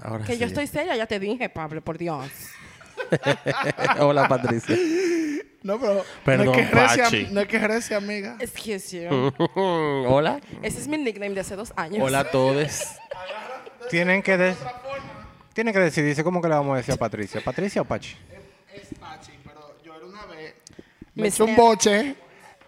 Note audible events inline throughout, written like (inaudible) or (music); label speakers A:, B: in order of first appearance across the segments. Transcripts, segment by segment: A: Ahora
B: Que yo
A: sí.
B: estoy seria, ya te dije, Pablo, por Dios.
A: (laughs) Hola, Patricia.
C: No, pero
A: Perdón,
C: no es que Grecia,
A: Pachi.
C: no es que Grecia, amiga.
B: Excuse you.
A: (laughs) Hola.
B: Ese es mi nickname de hace dos años.
A: Hola a todos.
D: Tienen que, de- tienen que decidirse cómo que le vamos a decir a Patricia. ¿Patricia o Pachi?
C: Es Pachi, pero yo era una vez me
B: Miss
C: eché un
B: Nat-
C: boche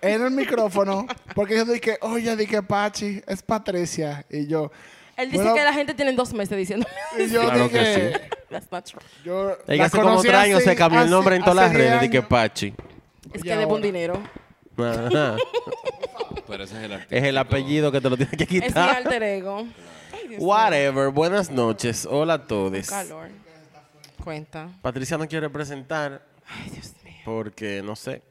C: en el micrófono porque yo dije, oye, dije Pachi, es Patricia. Y yo,
B: Él dice
C: bueno,
B: que la gente tiene dos meses diciendo.
C: (laughs) y yo
A: Claro que
C: dije,
B: (laughs) That's not true.
C: yo
A: Es que
C: la
A: hace como
C: conocí
A: tres años
C: así-
A: se cambió el
C: así-
A: nombre en todas las
C: hace
A: redes.
C: 10
A: De que
C: años.
A: Pachi.
B: Es
C: Y
B: que debo
A: (laughs)
B: un
C: ahora.
B: dinero.
A: Ajá.
E: Pero ese es el artículo.
A: Es el apellido que te lo tienes que
B: Es mi
A: quitar.
B: alter ego. Ay, Dios mío,
A: Whatever. Buenas noches. Hola a todos.
B: Calor. Cuenta.
A: Patricia no quiere presentar
B: Ay, Dios mío.
A: porque, no sé,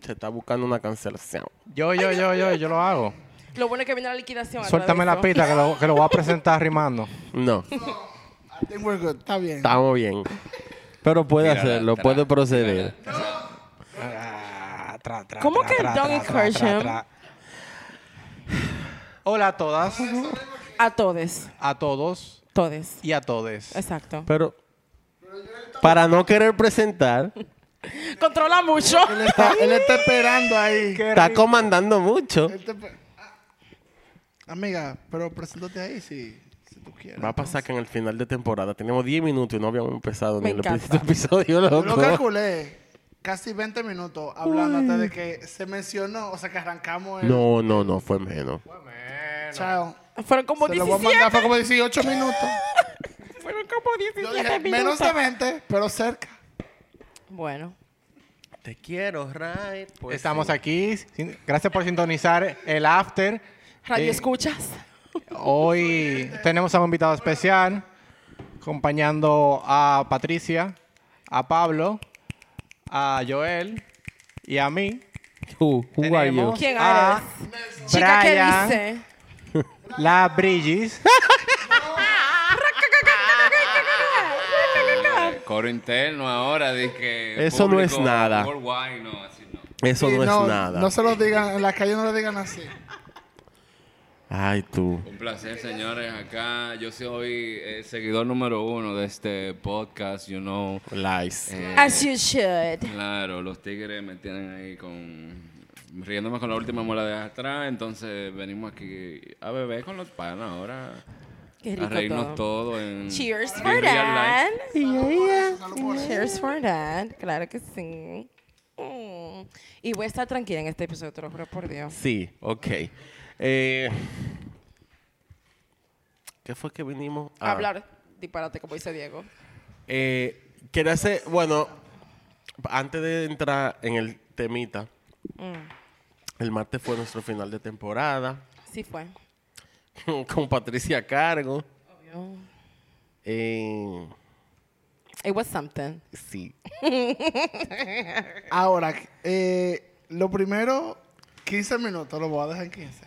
A: se está buscando una cancelación.
D: Yo, yo, yo, yo, yo lo hago.
B: Lo bueno es que viene la liquidación. atrás de
D: Suéltame la
B: eso.
D: pita que lo, que lo voy a presentar rimando.
A: No,
C: I think we're good, Está bien.
A: estamos bien. Pero puede
E: Tírala
A: hacerlo,
E: atrás,
A: puede proceder.
D: Ah, tra, tra,
B: ¿Cómo
D: tra,
B: que
D: tra,
B: don't
D: tra, tra,
B: encourage
D: tra,
B: him?
D: tra. Hola a todas,
B: A todes.
D: a todos
B: Todes.
D: y a todes.
B: Exacto.
A: Pero, para no querer presentar,
B: Controla
C: (laughs)
B: mucho.
C: Él está, él está esperando ahí.
A: está comandando mucho.
C: Él te pe- Ah. Amiga, pero preséntate ahí si, si tú quieres.
A: Va a pasar que en el final de temporada tenemos 10 minutos y no habíamos empezado
B: Me
A: ni el
B: encanta.
A: episodio,
C: Yo lo
A: loco.
C: calculé casi 20 minutos hablando hasta de que se mencionó, o sea, que arrancamos el
A: No, no, no, fue menos.
C: chao.
B: Fueron como
C: Se lo voy a
B: 17.
C: mandar, fue como
B: (laughs)
C: 18 minutos.
B: Fueron como
C: Yo
B: 17
C: dije, menos
B: minutos.
C: de 20, pero cerca.
B: Bueno.
A: Te quiero, Ray.
D: Estamos aquí. Sin- Gracias por sintonizar el after.
B: Radio
D: Eh,
B: escuchas.
D: Hoy tenemos a un invitado especial, acompañando a Patricia, a Pablo, a Joel y a mí.
A: Who, who are you?
D: Tenemos
B: ¿Quién
D: a
B: Chica, ¿qué
D: Brian.
B: dice?
D: La Bridges.
E: Eh, Coro interno ahora, de que
A: Eso no es
E: público
A: nada.
E: worldwide, no, así no.
A: Eso
C: Y
A: no, es nada.
C: No se lo digan, en la calle no lo digan así.
A: Ay, tú.
E: Un placer, señores, acá. Yo soy eh, seguidor número uno de este podcast, you know.
A: Lies.
E: Eh,
B: As you should.
E: Claro, los tigres me tienen ahí con... Riéndome con la última mola de atrás, entonces venimos aquí a beber con los panas ahora.
B: Qué
E: a
B: rico
E: reírnos
B: todo.
E: todo. en
B: Cheers
E: en
B: for
E: real
B: that.
E: life.
B: Cheers for that. Claro que sí. Mm. Y voy a estar tranquila en este episodio, te lo juro por Dios.
A: Sí, ok. Eh, ¿Qué fue que vinimos Ah, a
B: Hablar disparate, como dice Diego.
A: Eh, quería hacer, bueno, antes de entrar en el temita, el martes fue nuestro final de temporada
B: Sí fue.
A: (laughs) con Patricia a cargo.
B: Obvio.
A: Eh,
B: It was something.
A: sí.
C: Ahora, eh, lo primero, 15 minutos, lo voy a dejar en 15.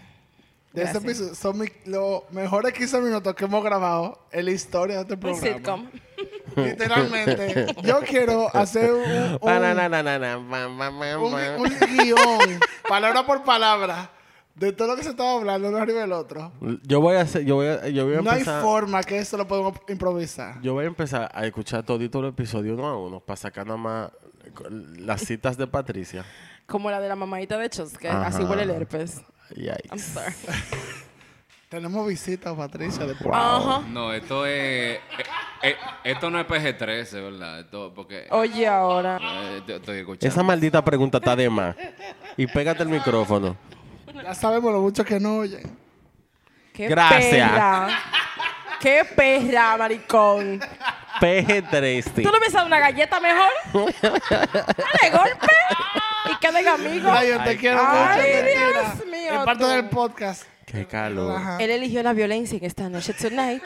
C: De ese
B: Gracias.
C: episodio, son mi- los mejores 15 minutos que hemos grabado en la historia de este
B: Un
C: programa.
B: sitcom.
C: Literalmente.
A: (laughs)
C: Yo quiero hacer un, un,
A: Banananana, ma, ma, ma,
C: un-
A: ma.
C: un guión, palabra por palabra, de todo lo que se estaba hablando uno arriba del otro.
A: Yo voy a hacer, yo voy a, yo voy a
C: No hay
A: empezar.
C: forma que eso lo podemos improvisar.
A: Yo voy a empezar a escuchar todito los episodios uno a uno para sacar nada más las citas de Patricia.
B: Como la de la mamadita de Chosque.
A: Ajá.
B: Así huele el herpes. I'm
A: Yikes.
B: sorry.
C: Tenemos visitas, Patricia, de
B: Ajá.
E: No, esto es. eh, eh, esto no es PG-13, ¿verdad? Esto, porque.
B: Oye, ahora.
E: eh, te- estoy escuchando.
A: Oh. Esa maldita pregunta está de más. Y pégate el micrófono.
C: Ya sabemos lo mucho que no oyen.
B: Qué
A: Gracias.
B: perra. Qué perra, maricón.
A: PG-13.
B: ¿Tú no me dado una
A: (laughs)
B: galleta mejor? ¡Dale golpe! Y queden amigos.
C: Ay, yo te quiero
B: ay,
C: mucho,
B: Dios
C: mentira.
B: mío,
C: Es parte
B: tú.
C: del podcast.
A: Qué calor.
C: Ajá.
B: Él eligió la violencia en esta noche
A: (laughs)
B: tonight.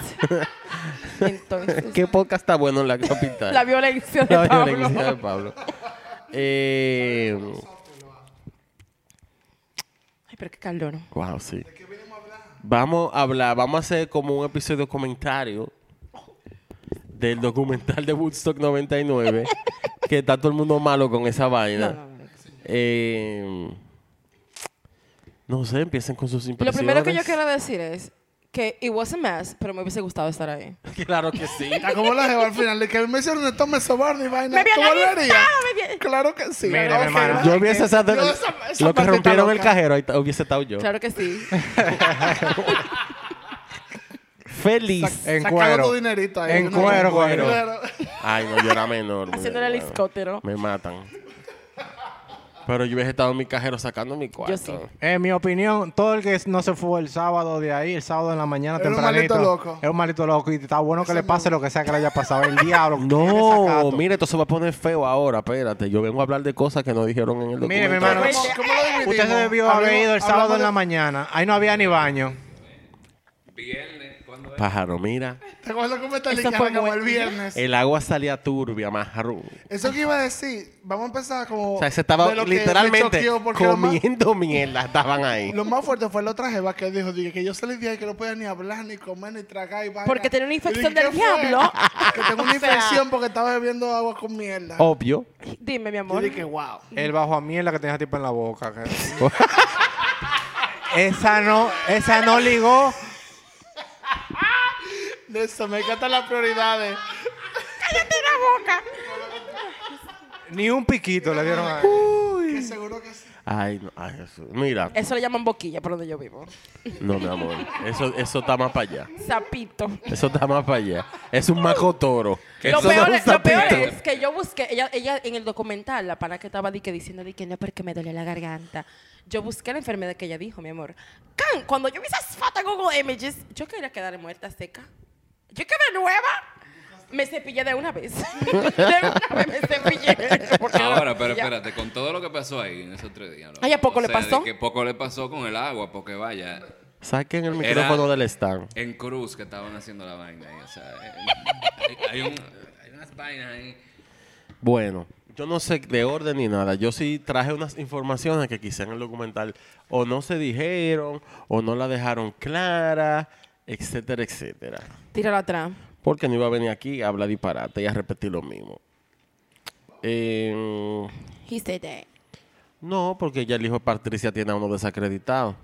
B: Entonces,
A: ¿Qué podcast está bueno en la capital?
B: la violencia de
A: La
B: Pablo.
A: violencia de Pablo. Eh,
B: Ay, Pero qué calor.
A: Wow, sí. Vamos a hablar, vamos a hacer como un episodio comentario del documental de Woodstock
B: (laughs)
A: 99, que está todo el mundo malo con esa vaina.
B: No, no, no.
A: Eh, no sé, empiecen con sus
B: Lo
A: impresiones.
B: primero que yo quiero decir es que it was a mess, pero me hubiese gustado estar ahí.
A: (laughs) Claro que
B: (laughs)
A: sí.
C: Está como la jeva al final de que me hicieron esto, me sobaron y
B: Me
C: vaina. ¿Tú
B: habían
C: volverías?
B: avisado, me habían-
C: Claro que sí.
D: Mira,
C: Ok,
D: mi hermano,
C: va.
A: Yo hubiese estado...
C: Yo esa- esa
A: lo que
C: parte
A: rompieron
C: está
A: el
C: loca.
A: cajero, ahí ta- hubiese estado yo.
B: Claro
A: (laughs)
B: que sí.
A: Feliz.
D: En
C: Sacando
D: cuero.
C: tu dinerito ahí,
D: En
C: una-
D: cuero, cuero.
C: Claro.
A: Ay, no, yo era menor.
B: Haciéndole el
A: bueno,
B: helicóptero.
A: Me matan. Pero yo hubiese estado en mi cajero sacando mi cuarto.
B: sí.
D: En mi opinión, todo el que no se fue el sábado de ahí, el sábado en la mañana
C: Era un
D: tempranito.
C: maldito loco.
D: Es un maldito loco. Y está bueno que le pase lo que sea que le haya pasado.
A: (laughs)
D: El diablo. qué
A: No,
D: desacato.
A: mire, esto se va a poner feo ahora, espérate. Yo vengo a hablar de cosas que no dijeron en el documental.
D: Mire, mi hermano.
C: ¿Cómo, cómo lo dividimos?
D: Usted se debió haber
C: Hablemos-
D: ido el sábado
C: hablamos
D: en
C: de-
D: la mañana. Ahí no había ni baño.
E: Viernes, ¿cuándo es?
A: Pájaro, mira.
C: ¿Te acuerdas cómo está el
B: Eso
C: que
B: fue
C: arrancamos
B: muy-
C: el viernes?
D: Eh.
A: El agua salía turbia, marrón.
C: Eso que iba a decir, vamos a empezar como.
A: O sea, se
C: de
A: estaba
C: lo que me
A: literalmente
C: choqueó, porque lo más-
A: comiendo (laughs) mierda. Estaban ahí.
C: Lo más fuerte fue la otra jeva que dijo dije, que yo salí de ahí que no podía ni hablar, ni comer, ni tragar y vaina.
B: Porque tenía una
C: Y dije,
B: infección
C: ¿qué
B: del
C: fue?
B: diablo.
C: (laughs) Que
B: (laughs)
C: tengo una infección porque estaba bebiendo agua con mierda.
D: Oh.
A: Obvio.
B: Dime, mi
C: Yo
B: amor.
C: dije, wow.
D: El bajo a mierda que tenía ese tipo en la
C: (laughs)
D: boca. que- esa no, esa no ligó.
C: De eso, me encantan las prioridades.
D: Ni un piquito le dieron a
C: Que seguro que sí.
A: Ay, no, ay, Jesús. Mira.
B: Eso le llaman boquilla por donde yo vivo.
A: No, mi amor. Eso, eso está más para allá.
B: Sapito.
A: Eso está más para allá. Es un macotoro.
B: Lo
A: Eso no
B: peor,
A: un
B: es, lo peor
A: sapito.
B: es que yo busqué, ella, ella en el documental, la pana que estaba di que diciendo di que no porque me dolía la garganta. Yo busqué la enfermedad que ella dijo, mi amor. Can, cuando yo vi esas fotos en Google Images, yo quería quedar muerta seca. Yo quedé nueva. Me cepillé de una vez. (laughs) de una vez me cepillé. (laughs) Porque era-
E: Ahora, pero
B: ya.
E: espérate, con todo lo que pasó ahí en esos tres días. loco.
B: Ay, ¿a poco
E: O
B: le
E: sea,
B: pasó?
E: de Que poco le pasó con el agua, porque vaya,
A: Saquen el
E: Era-
A: micrófono del stand.
E: en cruz que estaban haciendo la vaina ahí. O sea, hay, hay un- hay unas vainas ahí.
A: Bueno, yo no sé de orden ni nada. Yo sí traje unas informaciones que quizá en el documental o no se dijeron o no la dejaron clara, etcétera, etcétera.
B: Tíralo atrás.
A: Porque no iba a venir aquí a hablar disparate y a repetir lo mismo. Eh,
B: He said that.
A: no, porque ya el hijo de Patricia tiene a uno desacreditado.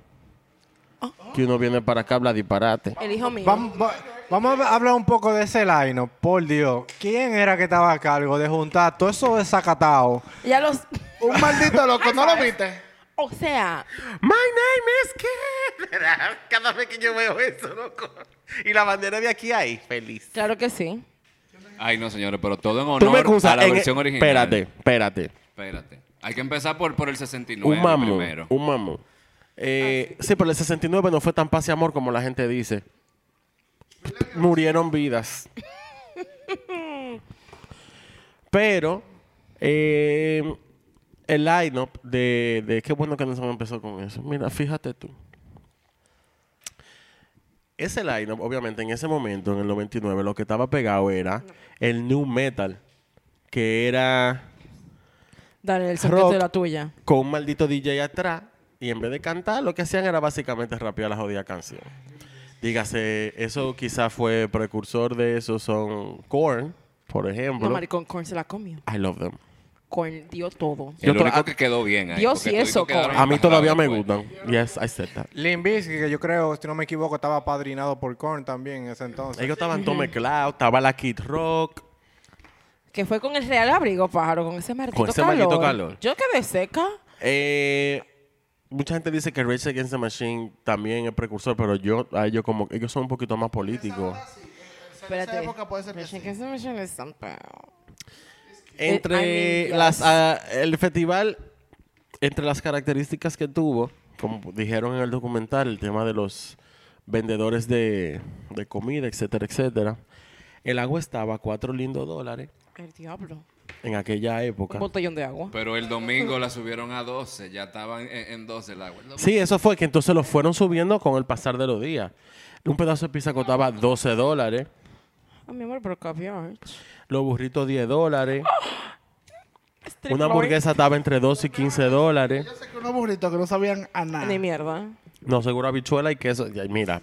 A: Que uno viene para acá a hablar disparate.
B: El hijo mío.
D: Vamos, va- vamos a hablar un poco de ese line Por Dios, ¿quién era que estaba a cargo de juntar todo eso desacatado?
B: Ya los.
C: Un maldito loco, ¿no lo viste?
B: O sea,
A: My name is Kendra. (laughs) Cada vez que yo veo eso, loco. Y la bandera de aquí ahí, feliz.
B: claro que sí.
E: Ay, no, señores, pero todo en
A: Tú me
E: honor
A: excusas.
E: a la
A: en-
E: versión original.
A: Espérate, espérate.
E: Espérate. Hay que empezar por, por el 69
A: Un mamón.
E: primero.
A: Un mamón. Eh, sí. pero el 69 no fue tan paz y amor como la gente dice. Murieron vidas. pero eh, el line-up de, de... Qué bueno que Nelson empezó con eso. Mira, fíjate tú. Ese line-up, obviamente, en ese momento, en el 99, lo que estaba pegado era el new metal, que era
B: Dale, el
A: Rock.
B: secreto de la tuya.
A: con un maldito DJ atrás y en vez de cantar lo que hacían era básicamente rapear la jodida canción. Dígase, eso quizás fue precursor de eso son Korn, por ejemplo.
B: No, maricón, Corn se la comió.
A: I love them.
B: Corn dio todo.
A: Yo
E: El
A: to-
E: único
A: a-
E: que quedó bien ahí.
B: Dios,
E: porque
B: y
E: toditos
B: eso,
E: quedaron
A: A mí todavía me
E: después.
A: gustan. Yes, I said that.
D: Limbisky, que yo creo, si no me equivoco, estaba apadrinado por Korn también en ese entonces.
A: Ellos estaban Tom McLeod, estaba la Kid Rock.
B: Que fue con el real abrigo, pájaro, con ese maldito
A: Con ese
B: calor.
A: maldito calor.
B: Yo quedé seca.
A: Eh, mucha gente dice que Rage Against the Machine también es precursor, pero yo a ellos como ellos son un poquito más políticos.
B: Espérate.
C: época puede ser que
B: Pero
C: sí.
B: que ese machín es tan feo.
A: Entre
B: Eh, I mean,
A: las
B: yes.
A: ah, el festival, entre las características que tuvo, como dijeron en el documental, el tema de los vendedores de, de comida, etcétera, etcétera. El agua estaba a cuatro lindos dólares
B: El diablo.
A: en aquella época.
B: Un botellón de agua.
E: Pero el domingo la subieron a 12. Ya estaban en, en 12 el agua. El domingo.
A: Sí, eso fue que entonces lo fueron subiendo con el pasar de los días. Un pedazo de pizza costaba 12 dólares,
B: Ah, Ay, mi amor, pero caviar. (laughs)
A: los burritos 10 dólares.
B: Strip
A: Una
B: club.
A: hamburguesa estaba entre 2 y 15 dólares.
C: Yo sé que unos burritos que no sabían a nada.
B: Ni mierda.
A: No, seguro habichuela y queso. Ya, Mira,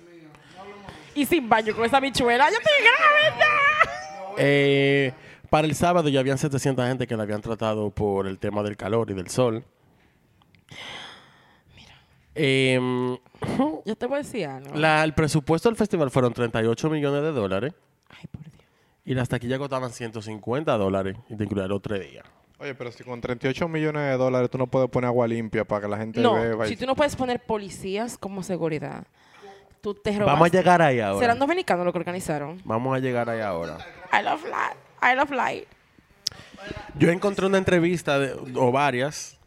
B: Y sin baño con esa bichuela. Yo te dije, "Ah, ¿verdad?".
A: Eh, para el sábado ya habían 700 gente que la habían tratado por el tema del calor y del sol. Em,
B: Yo te voy a decir algo.
A: la- el presupuesto del festival fueron 38 millones de dólares
B: Ay, por Dios.
A: y las taquillas costaban 150 dólares y te incluía los tres días.
D: Oye, pero si con 38 millones de dólares tú no puedes poner agua limpia para que la gente
B: No,
D: beba. y-
B: si tú no puedes poner policías como seguridad, tú te robas.
A: Vamos a llegar ahí ahora.
B: Serán dominicanos los que organizaron.
A: Vamos a llegar ahí ahora.
B: I love light. I love light.
A: Yo encontré una entrevista de- o varias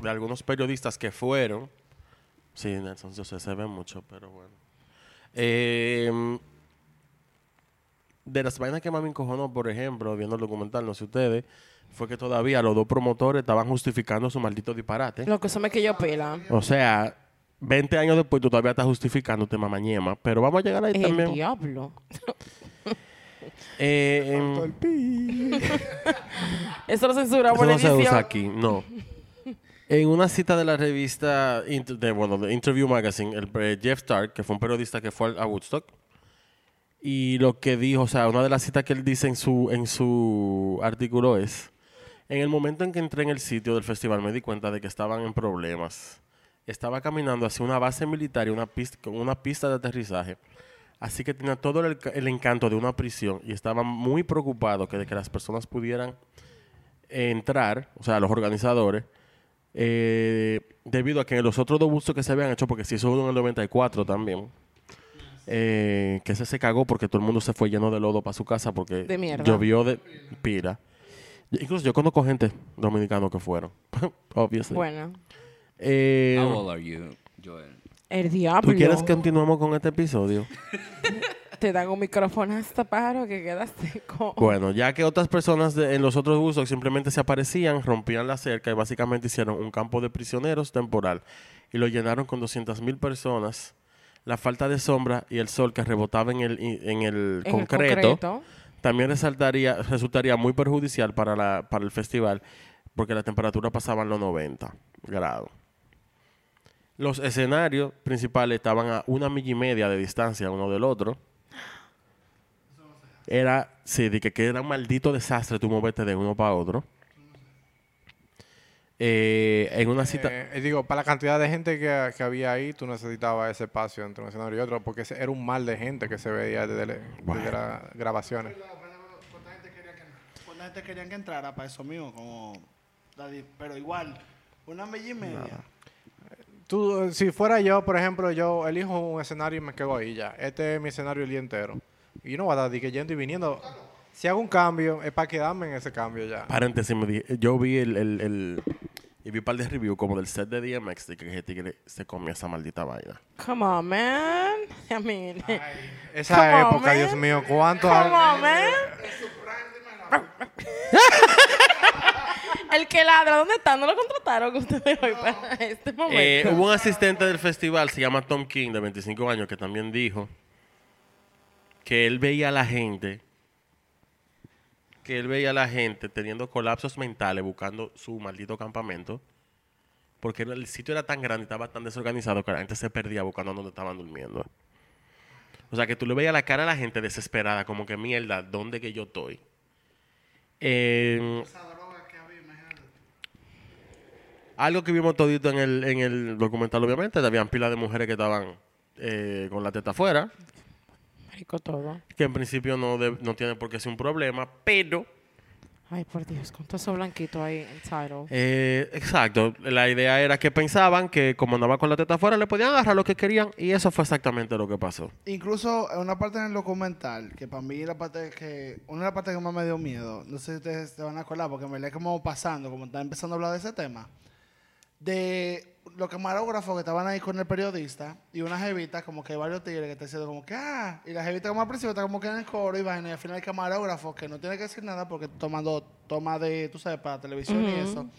A: de algunos periodistas que fueron. Sí, Nelson, yo sé, se ve mucho, pero bueno. Eh, de las vainas que más me encojonó, por ejemplo, viendo el documental, no sé ustedes, fue que todavía los dos promotores estaban justificando su maldito disparate.
B: Lo que son es que yo pela.
A: O sea, 20 años después tú todavía estás justificándote, mamá ñema. Pero vamos a llegar ahí
B: El
A: también.
B: diablo.
A: Eh, em,
B: Eso lo censura
A: Eso
B: por
A: no se
B: edición.
A: usa aquí, no. En una cita de la revista Int- de, bueno, de Interview Magazine, el, eh, Jeff Stark, que fue un periodista que fue al- a Woodstock, y lo que dijo, o sea, una de las citas que él dice en su, en su artículo es, en el momento en que entré en el sitio del festival me di cuenta de que estaban en problemas. Estaba caminando hacia una base militar y una pista, con una pista de aterrizaje, así que tenía todo el, el encanto de una prisión y estaban muy preocupados que, de que las personas pudieran entrar, o sea, los organizadores, eh, debido a que los otros dos bustos que se habían hecho, porque se hizo uno en el 94 también, eh, que ese se cagó porque todo el mundo se fue lleno de lodo para su casa porque
B: De mierda.
A: llovió de pira. Y- Incluso yo conozco gente dominicano que fueron, (laughs) obviamente. Eh,
B: Bueno,
E: How old are you, Joel?
B: el diablo.
A: ¿Tú quieres que continuemos con este episodio?
B: Te dan un micrófono hasta paro que quedaste (laughs) con...
A: Bueno, ya que otras personas de- en los otros buzos simplemente se aparecían, rompían la cerca y básicamente hicieron un campo de prisioneros temporal y lo llenaron con 200.000 personas. La falta de sombra y el sol que rebotaba en el, i- en el,
B: En el
A: concreto,
B: concreto.
A: también resaltaría, resultaría muy perjudicial para, la, para el festival porque la temperatura pasaba en los 90 grados. Los escenarios principales estaban a una milla y media de distancia uno del otro. Era, sí, de que, que era un maldito desastre tú moverte de uno para otro. Eh, en una cita.
D: Eh, eh, digo, para la cantidad de gente que, que había ahí, tú necesitabas ese espacio entre un escenario y otro, porque ese era un mal de gente que se veía desde, le- desde
A: Bueno.
D: las grabaciones.
C: ¿Cuánta gente quería que, cuánta gente querían que entrara para eso mismo? Como, la di- pero igual, una milla y media.
D: Tú, eh, si fuera yo, por ejemplo, yo elijo un escenario y me quedo ahí ya. Este es mi escenario el día entero. Y yo no voy a estar di que yendo y viniendo. Si hago un cambio, es para quedarme en ese cambio ya.
A: Paréntesis, me di- yo vi el, el, el- y vi un par de reviews como del set de DMX de que ese tigre se comía esa maldita vaina.
B: Come on, man. I mean...
D: Esa
B: Come on,
D: época,
B: man.
D: Dios mío, cuánto...
B: Come on, man. El que ladra, ¿dónde está? No lo contrataron que ustedes hoy para este momento.
A: Eh, hubo un asistente del festival, se llama Tom King, de 25 años, que también dijo que él veía a la gente, que él veía a la gente teniendo colapsos mentales buscando su maldito campamento, porque era- el sitio era tan grande, estaba tan desorganizado que la gente se perdía buscando dónde estaban durmiendo. O sea, que tú le veías la cara a la gente desesperada, como que mierda, ¿dónde que yo estoy? Eh, algo que vimos todito en el, en el documental, obviamente, habían pilas de mujeres que estaban eh, con la teta afuera,
B: Marico todo.
A: que en principio no, deb- no tiene por qué ser un problema, pero,
B: Ay, por Dios, con todo eso blanquito ahí en title.
A: eh, exacto, la idea era que pensaban que como andaba con la teta afuera, le podían agarrar lo que querían y eso fue exactamente lo que pasó.
C: Incluso en una parte en el documental, que para mí la parte que, una de las partes que más me dio miedo, no sé si ustedes se van a acordar, porque me leí como pasando, como está empezando a hablar de ese tema, de los camarógrafos que estaban ahí con el periodista y unas jevitas, como que hay varios tigres que están diciendo como que, ah, y la jevita como al principio está como que en el coro y vaina, y al final el camarógrafo, que no tiene que decir nada porque está tomando toma de, tú sabes, para televisión y eso,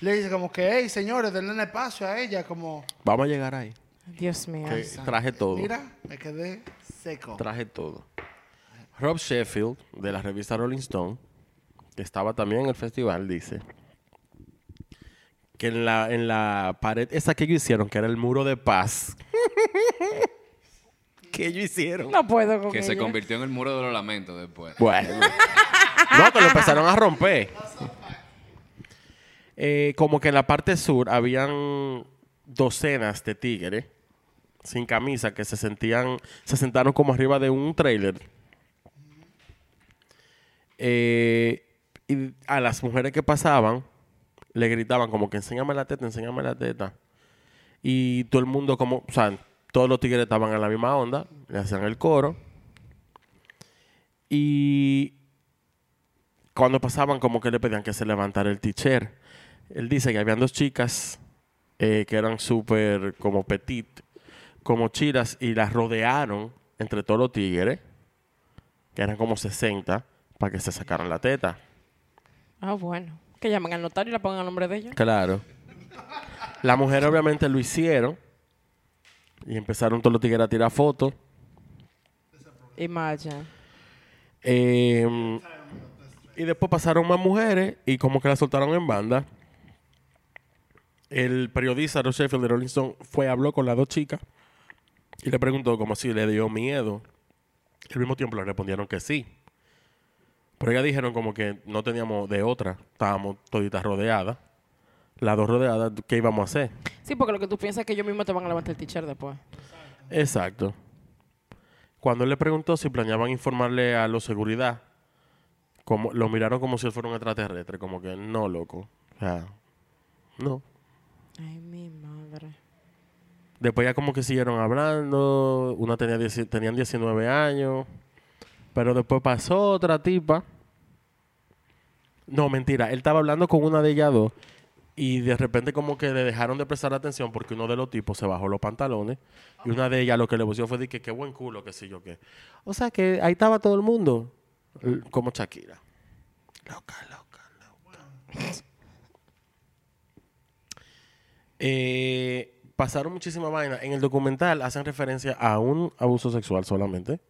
C: le dice como que, hey, señores, denle espacio a ella, como,
A: Vamos a llegar ahí.
B: Dios mío.
A: Que traje todo.
C: mira, me quedé seco.
A: Traje todo. Rob Sheffield, de la revista Rolling Stone, que estaba también en el festival, dice, que en la, en la pared esa que ellos hicieron, que era el muro de paz. (laughs) que ellos hicieron.
B: No puedo con
E: Que se
B: ella.
E: convirtió en el muro de los lamentos después.
A: Bueno. no, que lo empezaron a romper. Eh, como que en la parte sur habían docenas de tigres sin camisa que se sentían, se sentaron como arriba de un trailer. Eh, y a las mujeres que pasaban le gritaban como que enséñame la teta, enséñame la teta. Y todo el mundo como, o sea, todos los tigres estaban en la misma onda, le hacían el coro. Y cuando pasaban, como que le pedían que se levantara el teacher. Él dice que habían dos chicas eh, que eran súper como petit, como chiras, y las rodearon entre todos los tigres, que eran como 60, para que se sacaran la teta.
B: Ah, bueno. Que llamen al notario y la pongan a nombre de ella.
A: Claro. Las mujeres obviamente lo hicieron y empezaron todos los tigres a tirar fotos.
B: Imagine.
A: Eh, y después pasaron más mujeres y como que la soltaron en banda. El periodista Ross Sheffield de Rolling Stone fue, habló con las dos chicas y le preguntó como si le dio miedo. Y al mismo tiempo le respondieron que sí. Pero ellas dijeron como que no teníamos de otra. Estábamos toditas rodeadas. Las dos rodeadas, ¿qué íbamos a hacer?
B: Sí, porque lo que tú piensas es que ellos mismos te van a levantar el teacher después.
A: Exacto. Cuando él le preguntó si planeaban informarle a los seguridad, como, lo miraron como si él fuera un extraterrestre, como que no, loco. O sea, no.
B: Ay, mi madre.
A: Después ya como que siguieron hablando, una tenía dieci- tenían 19 años, pero después pasó otra tipa. No, mentira, él estaba hablando con una de ellas dos y de repente como que le dejaron de prestar atención porque uno de los tipos se bajó los pantalones y una de ellas lo que le puso fue de que qué buen culo, que sí yo qué. O sea que ahí estaba todo el mundo, l- como Shakira. Loca, loca, loca. Eh, pasaron muchísimas vainas. En el documental hacen referencia a un abuso sexual solamente.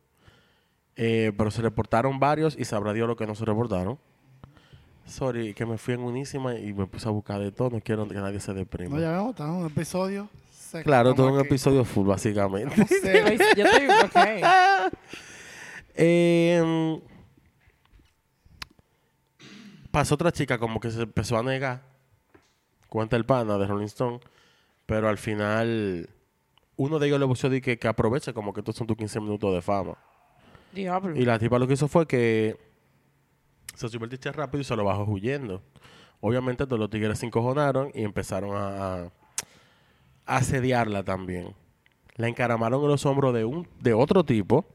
A: Eh, pero se reportaron varios y sabrá Dios lo que no se reportaron. Sorry, que me fui en unísima y me puse a buscar de todo. No quiero que nadie se deprima.
C: No, ya vemos, está un episodio. se-
A: claro, todo
C: como
A: un
C: aquí. (laughs)
A: episodio full, básicamente.
B: Yo
C: Sí.
B: estoy ok.
A: Eh, pasó otra chica como que se empezó a negar. Cuenta el pana de Rolling Stone. Pero al final, uno de ellos le puso de que, que aproveche como que estos son tus 15 minutos de fama.
B: Diablo.
A: Y la tipa lo que hizo fue que se subió el tiche rápido y se lo bajó huyendo. Obviamente todos los tigres se encojonaron y empezaron a, a asediarla también. La encaramaron en los hombros de un de otro tipo.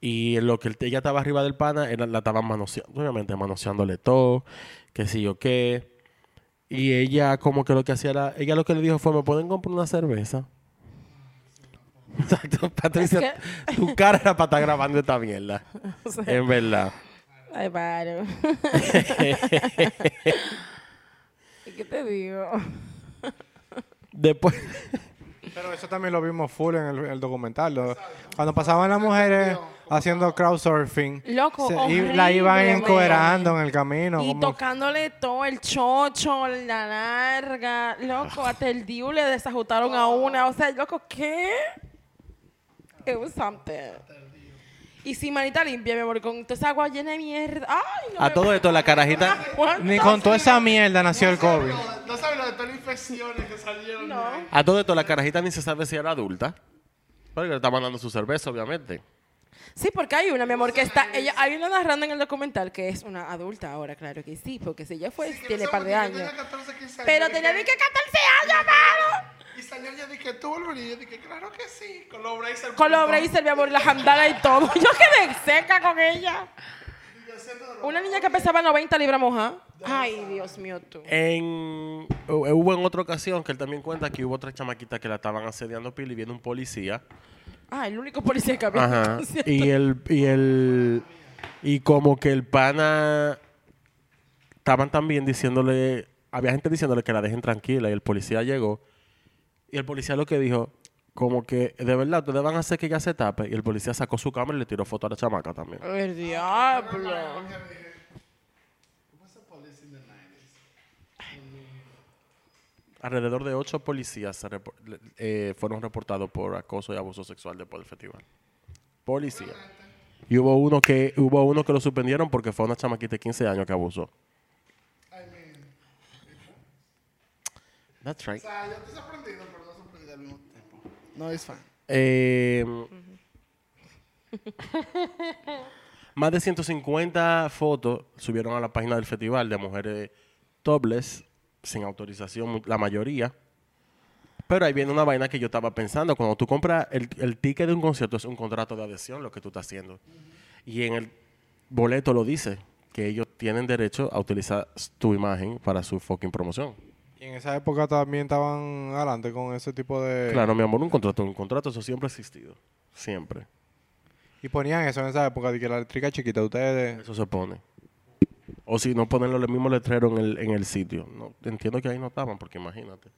A: Y en lo que el- ella estaba arriba del pana, era- la estaban manoseando, obviamente manoseándole todo, qué sé yo qué. Y ella como que lo que hacía era, ella lo que le dijo fue, ¿me pueden comprar una cerveza? (laughs) Exacto, Patricia, tu cara era para estar grabando esta mierda.
B: (laughs) O sea,
A: En verdad. (laughs)
B: Ay, paro. ¿Y ¿Qué te digo?
A: Después,
D: Pero eso también lo vimos full en el, el documental. lo- cuando pasaban las mujeres haciendo crowdsurfing,
B: Loco,
D: se- y la iban
B: horrible,
D: encuerando
B: man.
D: en el camino.
B: y
D: como-
B: tocándole todo el chocho, la larga,
A: Ah.
B: loco, hasta el diu le desajustaron a una, o sea, loco, ¿qué? It was something. Y sin manita limpia, mi amor, con toda esa agua llena de mierda. Ay, no
A: a
B: me-
A: todo esto, la carajita.
D: Ni con toda esa mierda nació el COVID.
C: No sabes lo de todas las infecciones que salieron.
B: No.
A: A todo esto, la carajita ni se sabe si era adulta. Porque le estaban dando su cerveza, obviamente.
B: Sí, porque hay una, mi amor, que está, ella, hay una narrando en el documental que es una adulta ahora, claro que sí, porque si ella fue, tiene par de años. Pero tenía de que 14 años, mano.
C: Y salió ya de que tú volverías. Y yo dije, claro que sí. Con los braces.
B: Con los braces, mi amor, las jandalas y todo. (laughs) Yo quedé seca con ella. Una niña que pesaba 90 libras moja. Ay, Dios mío, tú.
A: En, hu- eh, hubo en otra ocasión que él también cuenta que hubo otra chamaquita que la estaban asediando pila y viene un policía.
B: Ah, el único policía que había. (laughs)
A: Ajá.
B: Lo siento.
A: Y el, y el, y como que el pana estaban también diciéndole, había gente diciéndole que la dejen tranquila y el policía llegó y el policía lo que dijo, como que de verdad ustedes van a hacer que ella se tape y el policía sacó su cámara y le tiró foto a la chamaca también.
B: El diablo.
A: alrededor de ocho policías se repo- le- eh, fueron reportados por acoso y abuso sexual después del festival. Policía. Y hubo uno que hubo uno que lo suspendieron porque fue una chamaquita de 15 años que abusó. That's right.
C: sea, yo estoy sorprendido, pero no sorprendido al mismo tiempo. No, es fan.
A: Eh, (laughs) más de 150 fotos subieron a la página del festival de mujeres topless, sin autorización, mu- la mayoría. Pero ahí viene una vaina que yo estaba pensando. Cuando tú compras el, el ticket de un concierto, es un contrato de adhesión lo que tú estás haciendo. Y en el boleto lo dice, que ellos tienen derecho a utilizar s- tu imagen para su fucking promoción.
D: Y en esa época también estaban adelante con ese tipo de...
A: Claro, mi amor, un contrato, un contrato, eso siempre ha existido. Siempre.
D: Y ponían eso en esa época, de que la eléctrica chiquita, ustedes...
A: Eso se pone. O si no ponerlo el mismo letrero en el, en el sitio. No, entiendo que ahí no estaban, porque imagínate.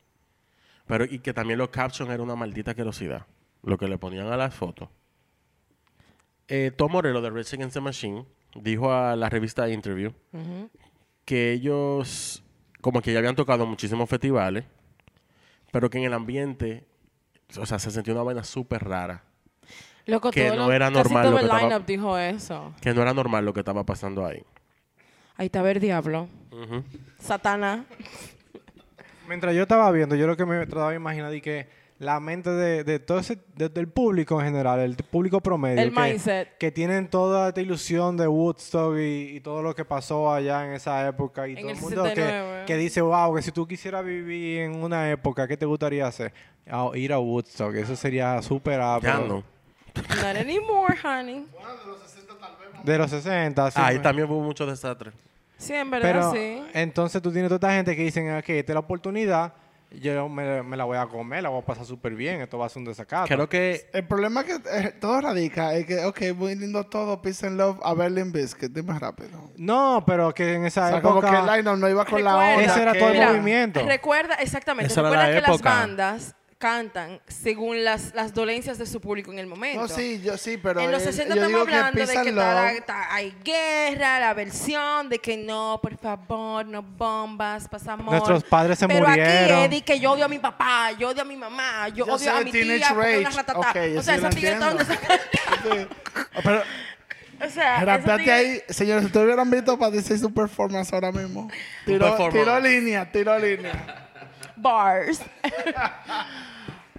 A: Pero, y que también los captions era una maldita querosidad. Lo que le ponían a las fotos. Eh, Tom Morello de Rage Against the Machine dijo a la revista Interview que ellos, como que ya habían tocado en muchísimos festivales, pero que en el ambiente, o sea, se sentía una vaina súper rara.
B: Loco,
A: Que
B: todo
A: no
B: lo-
A: era
B: casi
A: normal
B: todo
A: lo
B: el
A: que estaba-
B: lineup dijo eso.
A: Que no era normal lo que estaba pasando ahí.
B: Ahí estaba el diablo. Satana.
D: Mientras yo estaba viendo, yo lo que me trataba de imaginar y que la mente de, de todo ese, de- del público en general, el público promedio.
B: El
D: que,
B: mindset.
D: Que tienen toda esta ilusión de Woodstock y, y todo lo que pasó allá en esa época. Y
B: En
D: todo
B: el
D: el mundo que,
B: 69.
D: que dice, wow, que si tú quisieras vivir en una época, ¿qué te gustaría hacer? Ah, ir a Woodstock, eso sería súper ah,
A: Ya
D: pero-
A: no.
B: Not anymore, honey.
D: De los 60. sí,
A: Ahí
D: me-
A: también hubo mucho desastre.
B: Sí, en verdad,
D: Pero
B: sí.
D: entonces tú tienes toda esta gente que dicen, ok, esta es la oportunidad, yo me, me la voy a comer, la voy a pasar súper bien, esto va a ser un
C: Ah,
D: desacato.
A: Creo que
C: El problema que eh, todo radica es que, ok, muy lindo todo, peace and love, a Berlin Biscuit, dime rápido.
D: No, pero que en
C: O
D: esa
C: sea, como que
D: época...
C: el line no iba con la
B: Recuerda
C: onda.
D: Ese era
C: que-
D: todo el
B: Mira,
D: movimiento.
B: Recuerda, exactamente.
A: Esa era
B: recuerda
A: la
B: que
A: época.
B: las bandas cantan según las, las dolencias de su público en el momento.
C: No, sí, yo sí, pero.
B: en los
C: eh,
B: 60
C: yo
B: estamos
C: digo
B: hablando de
C: peace
B: que
C: and
B: está la-
C: love-
B: está- hay guerra, la versión de que no, por favor, no bombas, pasamos.
D: Nuestros padres se
B: Pero
D: murieron.
B: aquí Eddie que yo odio a mi papá, yo odio a mi mamá, yo
C: Ya
B: odio
C: sé,
B: a mi
C: Teenage
B: tía porque es una
C: Rage.
B: ratatá.
C: Ok, ya
B: o sea,
C: sí, lo
B: esa tía está donde
C: entiendo. (laughs) Sí.
B: (laughs) O sea, esa
C: Rapeate
B: tigre-
C: ahí, señores, ustedes hubieran visto para decir su performance ahora mismo. Tiró,
A: performance.
C: tiró línea, tiró línea. (laughs)
B: bars.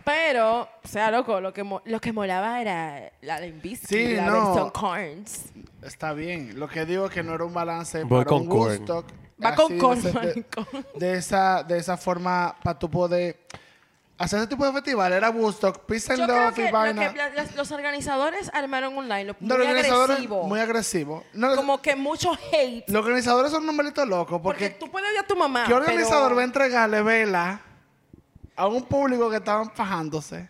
B: Pero, o sea, loco, lo que, mo- lo que molaba era la de Invisky,
C: Sí,
B: la
C: no.
B: versión Corns.
C: Está bien, lo que digo es que no era un balance
A: Voy
C: para
A: con
C: un
A: Korn.
C: Woodstock.
B: Va con
C: así de
B: Korn,
C: ese- de,
B: maricón.
C: de esa, de esa forma, para tu poder hacer ese tipo de festival. Era Woodstock, Peace and
B: Yo creo
C: Love
B: que,
C: y vaina.
B: lo que la- las- los organizadores armaron un line
C: No,
B: muy
C: los organizadores,
B: agresivo.
C: Muy agresivo. No,
B: como que mucho hate.
C: Los organizadores son numeritos locos
B: porque
C: porque
B: tú puedes ver a tu mamá.
C: ¿Qué organizador
B: pero-
C: va a entregarle vela a un público que estaban fajándose?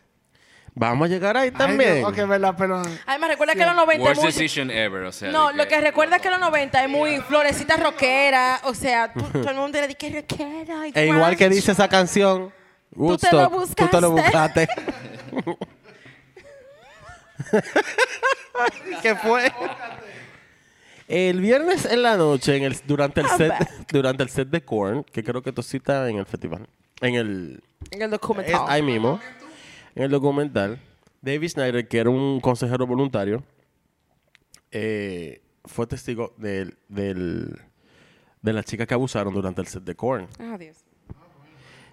A: vamos a llegar ahí
C: Ay,
A: también.
C: Dios, ok, vela, pero...
B: Además, recuerda que en los 90 es
E: Worst
B: muy-
E: decision ever, o sea.
B: Pues No,
E: de
B: lo que recuerda es que en los 90 es muy florecita rockera. O sea, tú- todo el mundo le dice que rockera. y
A: E igual que
B: grunge".
A: dice esa canción,
B: Tú te lo
A: Woodstock, tú te lo buscaste.
B: buscaste. (laughs)
A: ¿Qué fue? El viernes en la noche, en el, durante, el
B: I'm
A: set,
B: back.
A: (laughs) durante el set de Korn, que creo que tú citas en el festival, en el,
B: En el
A: es
B: documental.
A: ahí mismo, en el documental, David Snyder, que era un consejero voluntario, eh, fue testigo del, del- de las chicas que abusaron durante el set de Korn.
B: Ah, Dios.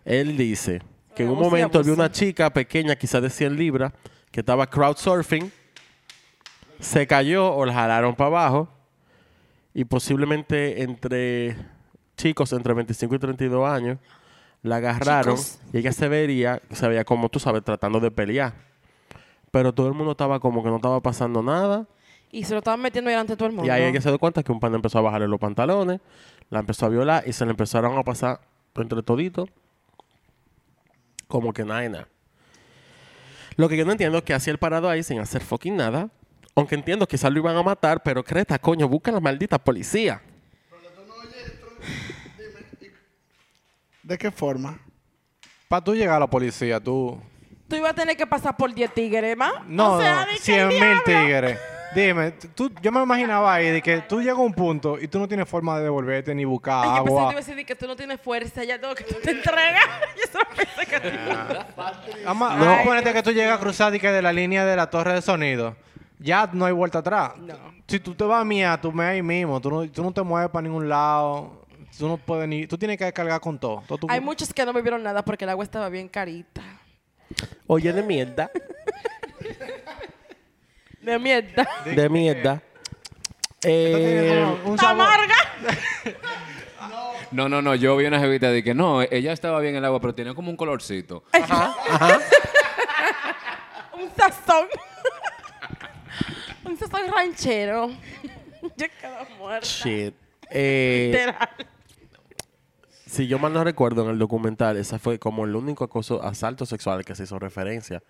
A: Él dice que en un
B: Abuso y
A: momento vio
B: abuso.
A: una chica pequeña, quizás de 100 libras, que estaba crowd surfing, se cayó o la jalaron para abajo y posiblemente entre chicos entre 25 y 32 años la agarraron
B: Chicos.
A: y ella se vería, se veía como tú sabes, tratando de pelear. Pero todo el mundo estaba como que no estaba pasando nada.
B: Y se lo estaban metiendo delante de todo el mundo.
A: Y ahí ella se dio cuenta que un pana empezó a bajarle los pantalones, la empezó a violar y se le empezaron a pasar entre toditos como que nada, y nada. Lo que yo no entiendo es que hacía el parado ahí sin hacer fucking nada. Aunque entiendo que quizás lo iban a matar, pero creta, coño, busca a la maldita policía.
C: ¿De qué forma?
D: Para tú llegar a la policía, tú...
B: Tú ibas a tener que pasar por 10 tigres más.
D: No,
B: o sea, de
D: no,
B: que el
D: 100 mil
B: diablo. (laughs)
D: tigres. Dime, t- tú, yo me imaginaba ahí de que tú llegas a un punto y tú no tienes forma de devolverte ni buscar
B: Ay, yo pensé que te iba
D: agua.
B: a decir que tú no tienes fuerza, ya todo que tú te entregas. (laughs) Yo solo pensé
D: (laughs)
B: que
D: Ah. Vamos a-
B: Ay,
D: vamos a ponerte
B: Dios
D: que tú llegas a cruzar de, que de la línea de la torre de sonido. Ya no hay vuelta atrás. Si tú te vas a mía, tú me ahí mismo. Tú no, tú no te mueves para ningún lado. Tú no puedes ni... Tú tienes que descargar con todo. todo
B: (laughs)
D: tu-
B: Hay muchos que no me vieron nada porque el agua estaba bien carita.
A: Oye, de mierda.
B: De mierda.
A: De mierda.
D: Esto tiene
A: Eh,
D: como un
B: Está
D: sabor-
B: amarga.
E: No, no, no. Yo vi una jevita de que no, ella estaba bien en el agua, pero tenía como un colorcito.
B: Eh, Un sazón. (laughs) Un sazón ranchero. (laughs) Yo quedaba muerta.
A: shit. Eh,
B: Literal.
A: si yo mal no recuerdo en el documental, ese fue como el único acoso, asalto sexual que se hizo referencia.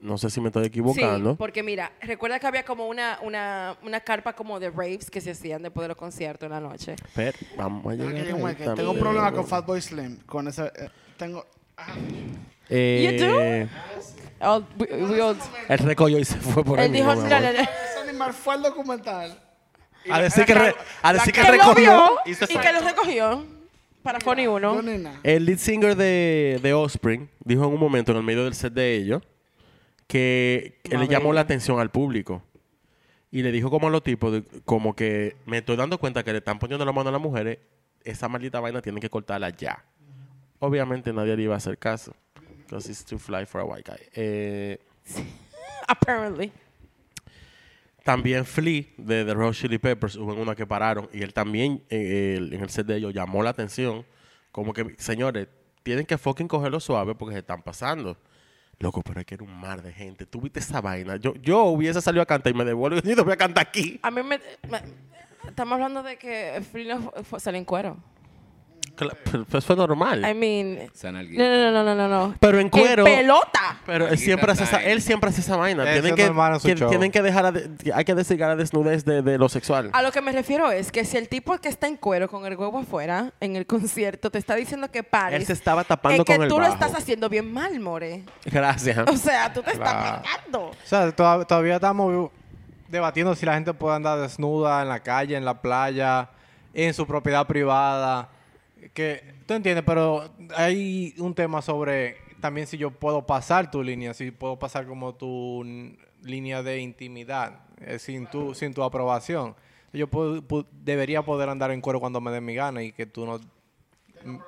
A: No sé si me estoy equivocando.
B: Sí, porque mira, recuerda que había como una, una, una carpa como de raves que se hacían después de los conciertos en la noche.
A: Pero vamos a
C: Ah,
A: llegar.
C: que yo,
A: ahí
C: güey, que Tengo un
A: también.
C: problema con Fatboy Slim. Con ese. eh, tengo. ah,
A: Eh,
B: You All- we- we all-
A: El recogió y se fue por ahí
B: él dijo,
A: mismo, mi
B: "Mira,
A: amor.
B: la- la-
C: ese animal fue el documental.
A: a decir que, re- a decir que
B: que lo vio
A: recogió.
B: y, que lo recogió para Fony 1.
C: Yo ni nada.
A: El lead singer de, de Offspring dijo en un momento en el medio del set de ellos que, que le
B: Mabel.
A: llamó la atención al público. Y le dijo como a los tipos, de- como que me estoy dando cuenta que le están poniendo la mano a las mujeres, esa maldita vaina tienen que cortarla ya. Obviamente nadie le iba a hacer caso. Because it's too fly for a white guy. Eh,
B: Apparently.
A: También Flea de The Red Chili Peppers hubo en una que pararon y él también eh, él, en el set de ellos llamó la atención como que señores tienen que fucking cogerlo suave porque se están pasando. Loco, pero es que era un mar de gente. Tú viste esa vaina. Yo, yo hubiese salido a cantar y me devuelvo y (laughs) yo te voy a cantar aquí.
B: A mí me, me- Estamos hablando de que Frino fu- fu- salió en cuero.
A: Cla- pero Pues fue normal.
B: I mean...
E: Esa nalguita.
B: No, no, no, no, no, no.
A: Pero en cuero-
B: pelota!
A: Pero él siempre, hace esa,
E: Time.
A: él siempre hace esa vaina.
D: Eso
A: Tienen
D: es
A: que,
D: normal en su
A: que-
D: show.
A: tienen que dejar, a de- hay que desligar la desnudez de, de lo sexual.
B: A lo que me refiero es que si el tipo que está en cuero con el huevo afuera en el concierto te está diciendo que pares...
A: Él se estaba tapando
B: es que
A: con el
B: tú lo
A: bajo.
B: estás haciendo bien mal, more.
A: Gracias.
B: O sea, tú te
D: Claro.
B: estás pegando.
D: O sea, toda- todavía estamos debatiendo si la gente puede andar desnuda en la calle, en la playa, en su propiedad privada. Que, ¿Tú entiendes? Pero hay un tema sobre también si yo puedo pasar tu línea, si puedo pasar como tu n- línea de intimidad, eh, sin, tu, sin tu aprobación. Yo puedo- pu- debería poder andar en cuero cuando me dé mi gana y que tú no m-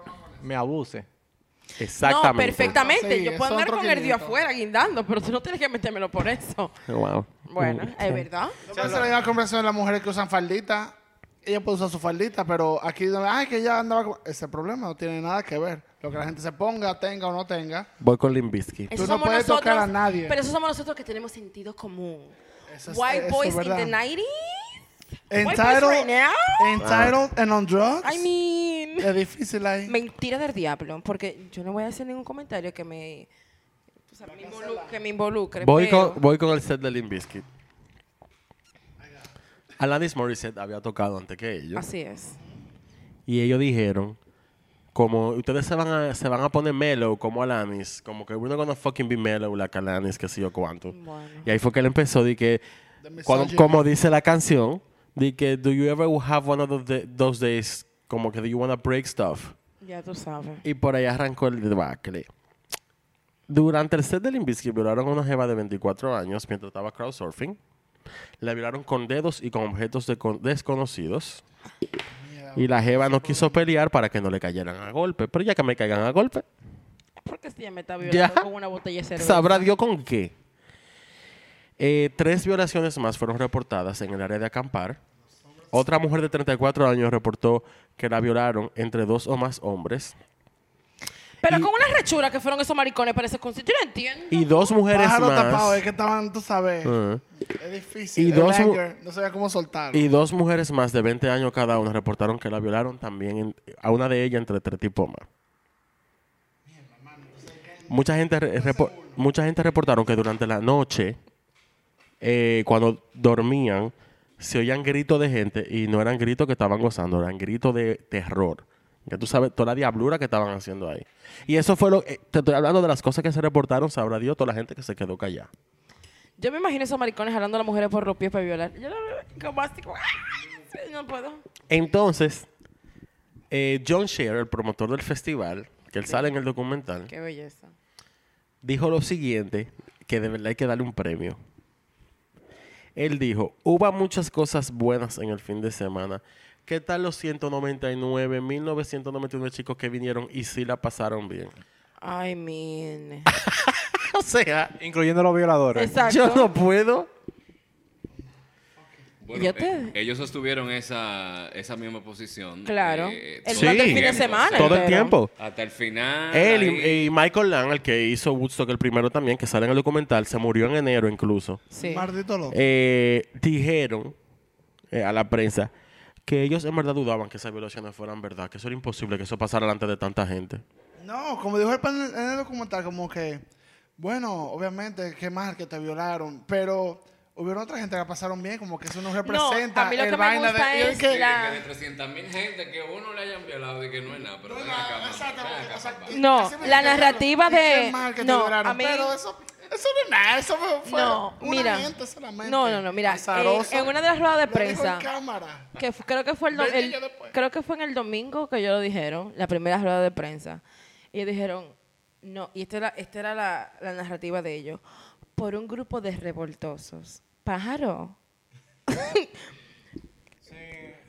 D: me abuses.
A: Exactamente.
B: No, perfectamente.
C: Sí,
B: Yo
C: eso
B: puedo andar
C: otro
B: con el
C: 500.
B: dio afuera guindando, pero tú no tienes que metérmelo por eso.
A: Wow.
B: Bueno, es verdad.
C: No pasa la misma conversación de las mujeres que usan faldita. Ella puede usar su faldita, pero aquí, no- ay, que ella andaba con... Ese problema no tiene nada que ver. Lo que la gente se ponga, tenga o no tenga.
A: Voy con Limbisky.
B: Eso
C: no puedes tocar a nadie.
B: Pero eso somos nosotros que tenemos sentido común.
C: Eso es-
B: White
C: eso
B: boys
C: es
B: in
C: verdad.
B: the 90s?
C: Entitled,
B: right now?
C: Ah. entitled and on drugs.
B: I mean.
C: es difícil ahí.
B: Mentira del diablo, porque yo no voy a hacer ningún comentario que me. o sea, me involu- que me involucre.
A: Voy
B: pero-
A: con, voy con el set de Limp Bizkit. Alanis Morissette había tocado antes que ellos.
B: Así es.
A: Y ellos dijeron, como ustedes se van a, se van a poner mellow como Alanis, como que we're not gonna fucking be mellow like Alanis, que sé yo cuánto.
B: Bueno.
A: Y ahí fue que él empezó, de que,
C: The
A: cuando-
C: misogyny.
A: como dice la canción, de que, do you ever have one of those da- those days, como que do you wanna break stuff?
B: Ya tú sabes.
A: Y por ahí arrancó el debacle. Durante el set de Limbisky violaron a una jeva de 24 años mientras estaba crowdsurfing. La violaron con dedos y con objetos de- con- desconocidos. Y la jeva no quiso pelear para que no le cayeran a golpe. Pero ya que me caigan a golpe,
B: Porque si ya me está violando
A: Ya.
B: con una botella de cerveza.
A: sabrá Dios con qué. Eh, tres violaciones más fueron reportadas en el área de acampar. Otra mujer de 34 años reportó que la violaron entre dos o más hombres.
B: Pero
A: Y-
B: con unas rechuras que fueron esos maricones para ese concierto. Yo no entiendo.
A: Y dos mujeres
C: Pájaro
A: más. Ah.
C: tapado, eh. es que estaban, tú sabes.
A: Ujú.
C: Es difícil.
A: Y
C: el
A: dos-
C: anger, no sabía cómo soltarlo.
A: Y dos mujeres más de 20 años cada una reportaron que la violaron también en- a una de ellas entre tres tipos más. Mucha gente, re- eh, repo- mucha gente reportaron que durante la noche, eh, cuando dormían, se oían gritos de gente y no eran gritos que estaban gozando, eran gritos de terror. Ya tú sabes toda la diablura que estaban haciendo ahí. Y eso fue lo... eh, te estoy hablando de las cosas que se reportaron, sabrá Dios, toda la gente que se quedó callada.
B: Yo me imagino esos maricones jalando a las mujeres por los pies para violar. Yo lo veo como así, como, ¡ah! no puedo.
A: Entonces, eh, John Scherer, el promotor del festival, que él sale en el documental,
B: Qué belleza.
A: dijo lo siguiente, que de verdad hay que darle un premio. Él dijo, hubo muchas cosas buenas en el fin de semana. ¿Qué tal los 199.999 chicos que vinieron y sí la pasaron bien? (laughs)
B: Ay, mire.
A: O sea,
D: Incluyendo los violadores.
B: Exacto.
A: yo no puedo.
E: Bueno,
B: Yo te-
E: eh, ellos sostuvieron esa, esa misma posición.
B: Claro.
E: eh,
B: El
E: todo
A: durante el
E: tiempo,
A: fin de
B: semana,
E: o sea,
A: Todo el
B: pero-
A: tiempo.
E: Hasta el final.
A: Él
E: ahí-
A: y, y Michael Lang, el que hizo Woodstock el primero también, que sale en el documental, se murió en enero incluso.
B: Sí.
C: Maldito loco.
A: eh, dijeron eh, a la prensa que ellos en verdad dudaban que esas violaciones fueran verdad, que eso era imposible que eso pasara delante de tanta gente.
C: No, como dijo el panel en el documental, como que, bueno, obviamente, qué mal que te violaron, pero hubieron otra gente que la pasaron bien, como que eso no representa
B: a mí lo
C: el
B: que me
C: vaina
B: gusta
C: de... y
B: es
E: Sí,
C: que-
B: la-
E: que de 300 mil gente que uno le hayan violado y que no es nada, pero
C: No,
E: ven
C: no,
E: acá, mano,
C: exactamente,
E: ven acá,
C: o sea,
E: papá.
C: y-
B: No,
C: así me
B: la
C: violaron,
B: narrativa
C: y qué
B: de-
C: mal que te
B: no,
C: violaron,
B: a mí-
C: Pero eso, eso no es nada, eso fue, fue
B: No,
C: una
B: mira.
C: gente solamente.
B: No, no, no, mira. En,
C: azaroso.
B: en una de las ruedas de
C: Lo dijo
B: prensa.
C: en cámara.
B: que fu- creo que fue el, do-
C: Veinte
B: el-
C: años después.
B: creo que fue en el domingo que ellos lo dijeron, la primera rueda de prensa. Y ellos dijeron, no, y esta era, esta era la, la narrativa de ellos, por un grupo de revoltosos. Pájaro.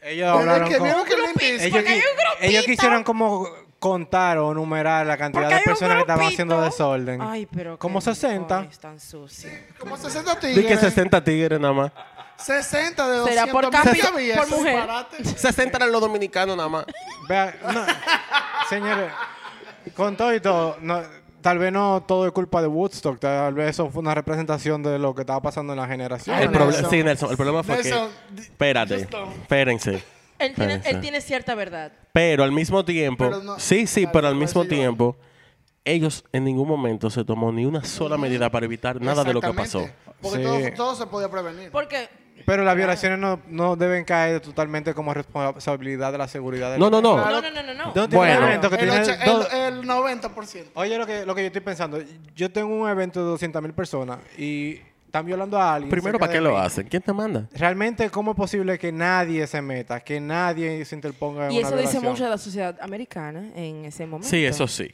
D: Ellos
C: Pero
D: hablaron
C: es que
D: con-
C: vieron que Limp Bizkit-
D: Ellos, qui- ellos quisieron como contar o numerar la cantidad
B: Porque
D: de
B: hay un
D: personas que estaban haciendo
B: grupito.
D: desorden.
B: Ay, pero qué
D: Como 60.
B: rincones Tan sucio.
C: como 60
A: Di
C: tigres.
A: que 60 tigres nada más.
C: 60 de 200
B: Será por
C: mil
B: cambio,
C: había,
B: por
C: eso es
B: mujer.
C: disparate.
A: 60 eran los dominicanos nada más.
D: Vea,
B: (laughs)
D: no, señores, con todo y todo, no, tal vez no todo es culpa de Woodstock, tal vez eso fue una representación de lo que estaba pasando en la generación.
C: Ay,
A: El
C: Nelson.
A: proble- sí, Nelson, el problema fue
C: Nelson,
A: que...
C: di-
A: Espérate,
C: just don't.
A: espérense.
B: Él tiene,
A: Espérense.
B: él tiene cierta verdad.
A: Pero al mismo tiempo...
C: Pero no-
A: sí, sí,
C: Dale,
A: pero al
C: voy a
A: mismo
C: decir yo.
A: tiempo... Ellos en ningún momento se tomó ni una sola medida para evitar nada de lo que pasó.
C: Exactamente, Porque
D: Sí.
C: todo, todo se podía prevenir.
B: Porque
D: Pero las violaciones no, no deben caer totalmente como responsabilidad de la seguridad. de
A: No, no,
D: la-
A: no.
B: no, no, no, no, no.
D: De un tipo de
A: Bueno.
D: evento que
C: el,
D: tiene
C: ocha-
D: dos-
C: el- el 90%.
D: Oye, lo que, lo que yo estoy pensando, yo tengo un evento de 200.000 mil personas y están violando a alguien.
A: Primero,
D: cerca
A: ¿para qué
D: de
A: lo
D: mí.
A: hacen? ¿Quién te manda?
D: Realmente, ¿cómo es posible que nadie se meta, que nadie se interponga en
B: Y
D: una
B: eso dice
D: violación?
B: mucho de la sociedad americana en ese momento.
A: Sí, eso sí.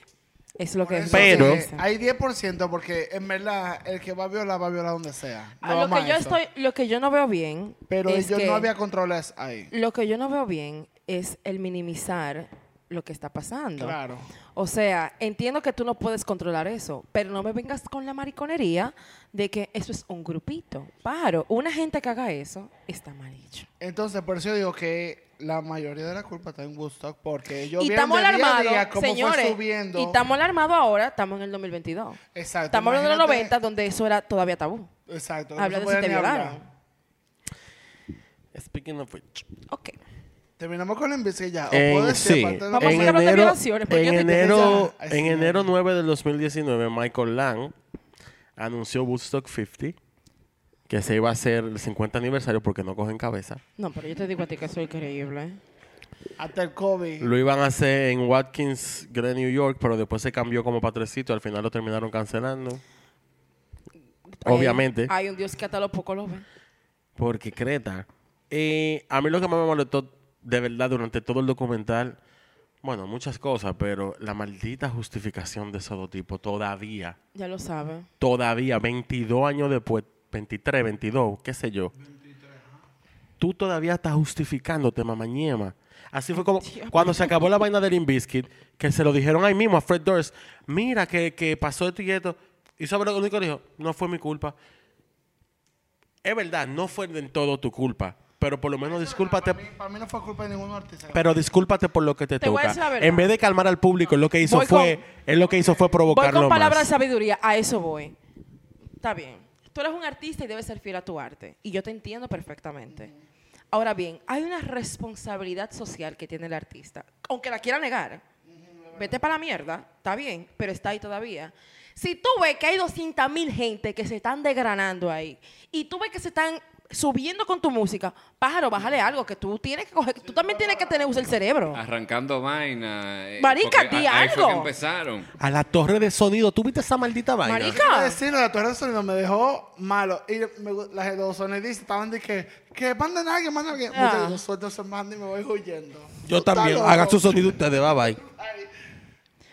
B: Es lo que es.
C: Por eso
A: Pero-
C: que hay 10% porque en verdad el que va a violar va a violar donde sea.
B: Ah,
C: No
B: lo
C: vamos
B: que
C: a
B: yo
C: eso.
B: estoy, lo que yo no veo bien.
C: Pero
B: es
C: yo
B: que-
C: no había controles ahí.
B: Lo que yo no veo bien es el minimizar lo que está pasando.
C: Claro.
B: O sea, entiendo que tú no puedes controlar eso, pero no me vengas con la mariconería de que eso es un grupito. Paro, una gente que haga eso está mal hecho.
C: Entonces, por eso yo digo que la mayoría de la culpa está en Woodstock porque ellos
B: y
C: vieron
B: estamos
C: de día a
B: alarmados,
C: día cómo
B: señores.
C: fue subiendo.
B: Y estamos alarmados ahora, estamos en el 2022.
C: Exacto,
B: Estamos hablando de los
C: imagínate-
B: 90, donde eso era todavía tabú.
C: Exacto.
B: Habla
C: se
B: de si
C: puede
B: te
C: ni hablar.
B: violaron.
A: Speaking of which.
B: Ok.
C: Terminamos con la invisibilidad. ya. ¿O puedo
A: En,
C: decir
A: sí,
C: aparte de lo
B: Eh, pues, Vamos a
A: en
B: hablar de
A: enero,
B: violaciones, porque
A: en,
B: yo te-
A: enero,
C: Ay,
A: en
C: sí,
A: enero 9 del 2019, Michael Lang anunció Woodstock 50, que se iba a hacer el 50 aniversario porque no cogen cabeza.
B: No, pero yo te digo a ti que soy increíble. ¿eh?
C: Hasta el COVID.
A: Lo iban a hacer en Watkins Glen, New York, pero después se cambió como patrecito. Al final lo terminaron cancelando. Obviamente.
B: Eh, Hay, hay un Dios que hasta lo poco lo ve.
A: Porque Creta. eh, a mí lo que más me molestó de verdad durante todo el documental, bueno, muchas cosas, pero la maldita justificación de esos dos tipos todavía,
B: Ya lo sabe.
A: todavía, 22 años después, 23, 22, qué sé yo. Tú todavía estás justificándote, mamañema. Así fue como cuando se acabó la vaina del Limbiskit, que se lo dijeron ahí mismo a Fred Durst, mira que, que pasó esto y esto. Y sobre lo único que dijo, no fue mi culpa. Es verdad, no fue del todo tu culpa, pero por lo menos discúlpate.
C: Para mí, para mí no fue culpa de ningún artista.
A: Pero discúlpate por lo que te,
B: Te voy
A: toca.
B: a decir la verdad.
A: En vez de calmar al público, lo que hizo
B: Voy
A: fue, él lo que hizo fue
B: Voy
A: provocarlo
B: con palabras de
A: más.
B: sabiduría, a eso voy. Está bien. Tú eres un artista y debes ser fiel a tu arte. Y yo te entiendo perfectamente. Ahora bien, hay una responsabilidad social que tiene el artista. Aunque la quiera negar. Vete para la mierda, está bien, pero está ahí todavía. Si tú ves que hay 200 mil gente que se están degranando ahí y tú ves que se están subiendo con tu música, pájaro, bájale algo que tú tienes que coger, tú también tienes que tener uso el cerebro.
E: Arrancando vaina. eh,
B: Marica,
E: porque
B: di
E: a- ahí fue que
B: algo.
E: empezaron.
A: A la torre de sonido. ¿Tú viste esa maldita vaina?
B: Marica.
C: Quiero decir, la torre de sonido me dejó malo. Y me, las, los sonidistas estaban de que, que manden a alguien, manden a alguien.
B: Ah.
C: Muchachos, yo suelto ese mando y me voy huyendo.
A: Yo
C: Está
A: también.
C: loco.
A: Hagan su sonido ustedes. Bye bye.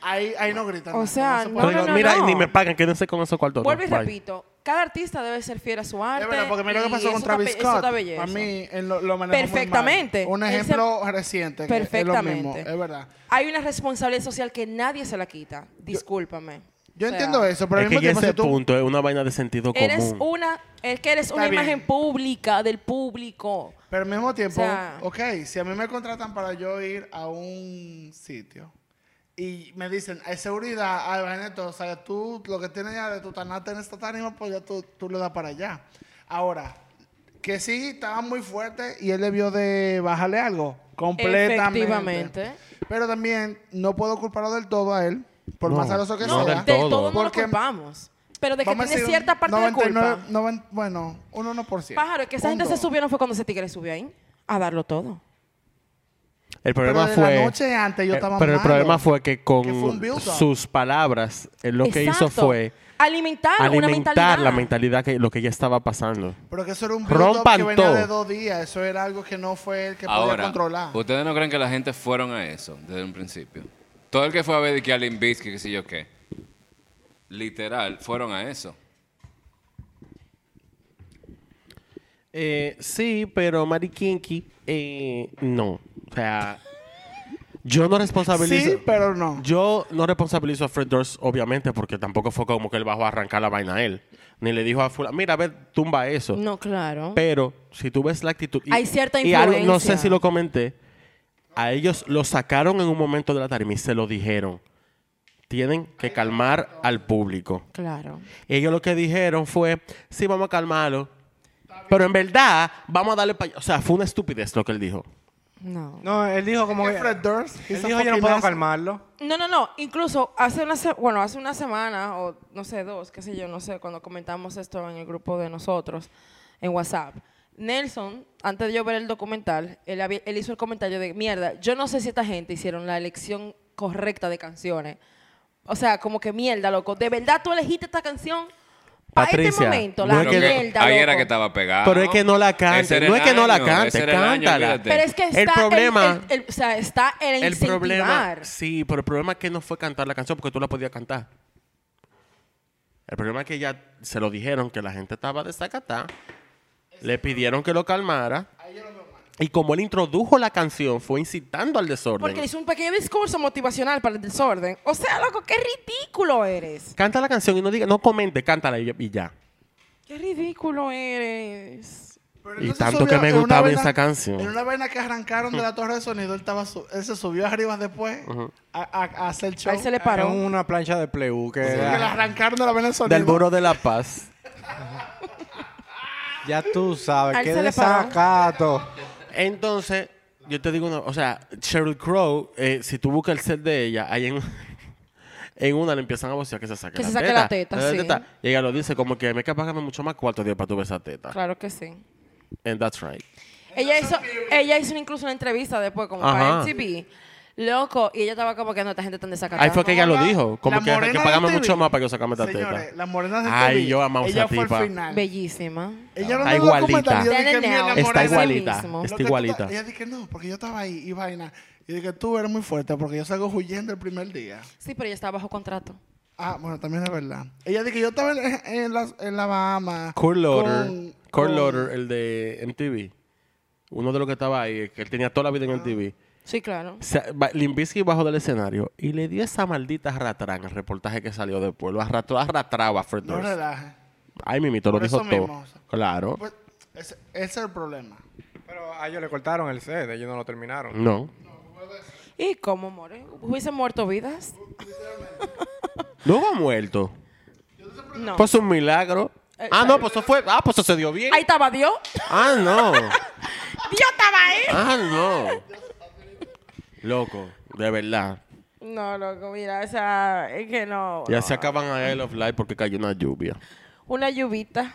C: Ahí, ahí no gritan.
B: O
C: nada,
B: sea,
C: se
B: no,
C: puede.
A: Pero digo,
B: no,
A: mira,
B: no.
A: ni me pagan. Quédense con esos cuartos.
B: Vuelvo y
A: Bye.
B: repito, cada artista debe ser fiel a su arte.
C: Es verdad, porque mira lo que
B: y
C: pasó
B: eso
C: con
B: está
C: Travis
B: be- eso
C: Scott.
B: está belleza.
C: A mí él lo, lo manejó muy mal.
B: Perfectamente.
C: Un
B: Él se-
C: ejemplo reciente. que Es, lo mismo,
B: Perfectamente.
C: es verdad.
B: Hay una responsabilidad social que nadie se la quita. Discúlpame.
C: Yo
B: O sea,
C: entiendo eso, pero al
A: Es que
C: mismo
A: en
C: tiempo,
A: ese
C: si tú-
A: punto es una vaina de sentido común.
B: Eres una, es que eres una
C: Está bien.
B: imagen pública del público.
C: Pero al mismo tiempo,
B: O sea-
C: ok, si a mí me contratan para yo ir a un sitio y me dicen, hay seguridad, ay, Vaneto, o sea, tú lo que tienes ya de tu tanata en esta tarima, pues ya tú, tú le das para allá. Ahora, que sí, estaba muy fuerte y él debió de bajarle algo. Completamente.
B: Efectivamente.
C: Pero también no puedo culparlo del todo a él, por
A: No,
C: más celoso que
A: no,
C: sea.
A: del
B: Del todo,
A: Todo.
B: no lo
C: Porque-
B: culpamos. Pero de que
C: Vamos a
B: tiene
C: decir un
B: cierta parte de
C: 99,
B: culpa.
C: noven- bueno, un 1%.
B: Pájaro, es que esa
C: Un
B: gente se
C: dos.
B: subió, no fue cuando ese tigre subió ahí, a darlo todo.
A: El
C: Pero
A: problema
C: de
A: fue.
C: la noche antes yo
A: eh,
C: estaba
A: pero el
C: malo.
A: problema fue que con
C: Que fue un build-up.
A: sus palabras, él lo que hizo
B: Exacto.
A: fue
B: alimentar, una mentalidad.
A: alimentar la mentalidad que lo que ya estaba pasando.
C: Pero que eso era un build
A: Rompan
C: que venía
A: todo.
C: de dos días. Eso era algo que no fue el que podía
E: Ahora,
C: controlar.
E: ¿ustedes no creen que la gente fueron a eso desde un principio? Todo el que fue a ver de que a Limbisky, que sé yo qué. Literal, fueron a eso.
A: Eh, sí, pero Mari Kinky, eh, no. O sea, yo no responsabilizo.
C: Sí, pero no.
A: Yo no responsabilizo a Fred Durst, obviamente, porque tampoco fue como que él bajó a arrancar la vaina a él. Ni le dijo a fulano, mira, a ver, tumba eso.
B: No, claro.
A: Pero si tú ves la actitud...
B: Hay cierta
A: y algo- no
B: influencia.
A: sé si lo comenté. A ellos lo sacaron en un momento de la tarima y se lo dijeron. Tienen que calmar al público.
B: Claro.
A: Ellos lo que dijeron fue, sí, vamos a calmarlo. Pero en verdad, vamos a darle... pa- O sea, fue una estupidez lo que él dijo.
B: No.
D: No, él dijo como
C: Es
D: que...
C: Fred Durst, he's
D: él
C: a
D: dijo yo no
C: fucking
D: puedo
C: asshole".
D: calmarlo.
B: No, no, no. Incluso hace una, se- bueno, hace una semana o no sé, dos, qué sé yo, no sé, cuando comentamos esto en el grupo de nosotros en WhatsApp. Nelson, antes de yo ver el documental, él, había- él hizo el comentario de, mierda, yo no sé si esta gente hicieron la elección correcta de canciones. O sea, como que mierda, loco. ¿De verdad tú elegiste esta canción? Para este
A: Patricia,
B: momento,
A: no
B: la
A: es que-
B: mierda,
E: ahí
B: loco.
E: era que estaba pegado.
A: Pero es que no la cante.
E: Ese era
A: No
E: el
A: es que no la
E: año,
A: cante,
E: ese era el año,
A: cántala.
E: olvídate.
B: Pero es que
A: El
B: está el
A: problema-
B: el- el- o sea, está el,
A: El problema,
B: incentivar.
A: sí, pero el problema es que no fue cantar la canción porque tú la podías cantar. El problema es que ya se lo dijeron que la gente estaba desacatada. Le pidieron que lo calmara. Y como él introdujo la canción, fue incitando al desorden.
B: Porque hizo un pequeño discurso motivacional para el desorden. O sea, loco, qué ridículo eres.
A: Canta la canción y no diga, no comente, cántala y y ya.
B: Qué ridículo eres.
C: Pero
A: Y
C: él no se
A: tanto
C: subió
A: que me
C: en una
A: gustaba
C: vaina-
A: esa canción.
C: En una vaina que arrancaron de la torre de sonido, él, estaba su- él se subió arriba después a, a- a hacer show.
B: A él se le
C: Sí,
B: paró.
D: En una plancha de pleu que
C: que
D: era-
C: le arrancaron de la vaina de sonido.
A: Ah. Del Buró de la Paz.
D: (laughs) Ya tú sabes,
B: A él
D: qué
B: se le paró.
D: desacato.
A: Entonces, yo te digo una, o sea, Sheryl Crow, eh, si tú buscas el set de ella, ahí en, (laughs) en una le empiezan a vocear que se saque
B: Que
A: la
B: se
A: teta.
B: saque la teta, sí.
A: Y ella lo dice como que me capaz que me mucho más cuarto día para tu ver esa teta.
B: Claro que sí.
A: And that's right.
B: Ella hizo, ella hizo incluso una entrevista después como
A: Ajá.
B: para MTV. Loco, y ella estaba como que no, esta gente tan desacatada.
A: Ahí fue que ella lo
C: La-
A: dijo, como
C: la
A: que, que
C: morena de
A: pagame
C: TV.
A: mucho más para que yo sacame esta
C: Señores,
A: teta.
C: la morena de
A: Ay,
C: TV,
A: yo amaba esa
C: Ella fue
A: tipa.
C: al final.
B: Bellísima.
C: Ella
A: Está
C: no me
A: igualita.
C: Yo dije,
B: Está
C: mira, la
B: Está
C: morena
A: Está
C: de TV.
A: igualita,
B: mismo. Lo
C: Lo
A: está
C: que tú
A: igualita.
C: ta- Ella dije, no, porque yo estaba ahí y vaina. Y dije, tú eres muy fuerte porque yo salgo huyendo el primer día.
B: Sí, pero ella estaba bajo contrato.
C: Ah, bueno, también es verdad. Ella dije, yo estaba en, en las- en la Bahama.
A: Kurt Lauder,
C: con-
A: Kurt
C: con-
A: Lauder, el de MTV, uno de los que estaba ahí, eh, que él tenía toda la vida
C: Ah.
A: en MTV.
B: Sí, claro.
A: Se- ba- Limbisky bajó del escenario y le dio esa maldita ratrán el reportaje que salió después. Lo arrastró, arrastraba a Fred
C: No
A: Durst.
C: relajes.
A: Ay, mimito, lo
C: Por
A: dijo
C: eso
A: todo.
C: mismo.
A: Claro.
C: Pues, ese, ese es el problema.
D: Pero a ellos le cortaron el set, ellos no lo terminaron.
A: No.
B: ¿Y cómo, more? ¿Hubiesen muerto vidas?
A: Luego ha muerto.
B: No.
A: Pues un milagro.
B: Eh,
A: Ah,
B: eh,
A: no, pues eso fue. Ah, pues eso se dio bien.
B: Ahí estaba Dios.
A: Ah, no.
B: (laughs) Dios estaba ahí.
A: Ah, no. Loco, de verdad.
B: No, loco, mira, o sea, es que no.
A: Ya
B: no.
A: se acaban a Hell of Life porque cayó una lluvia.
B: una lluvita.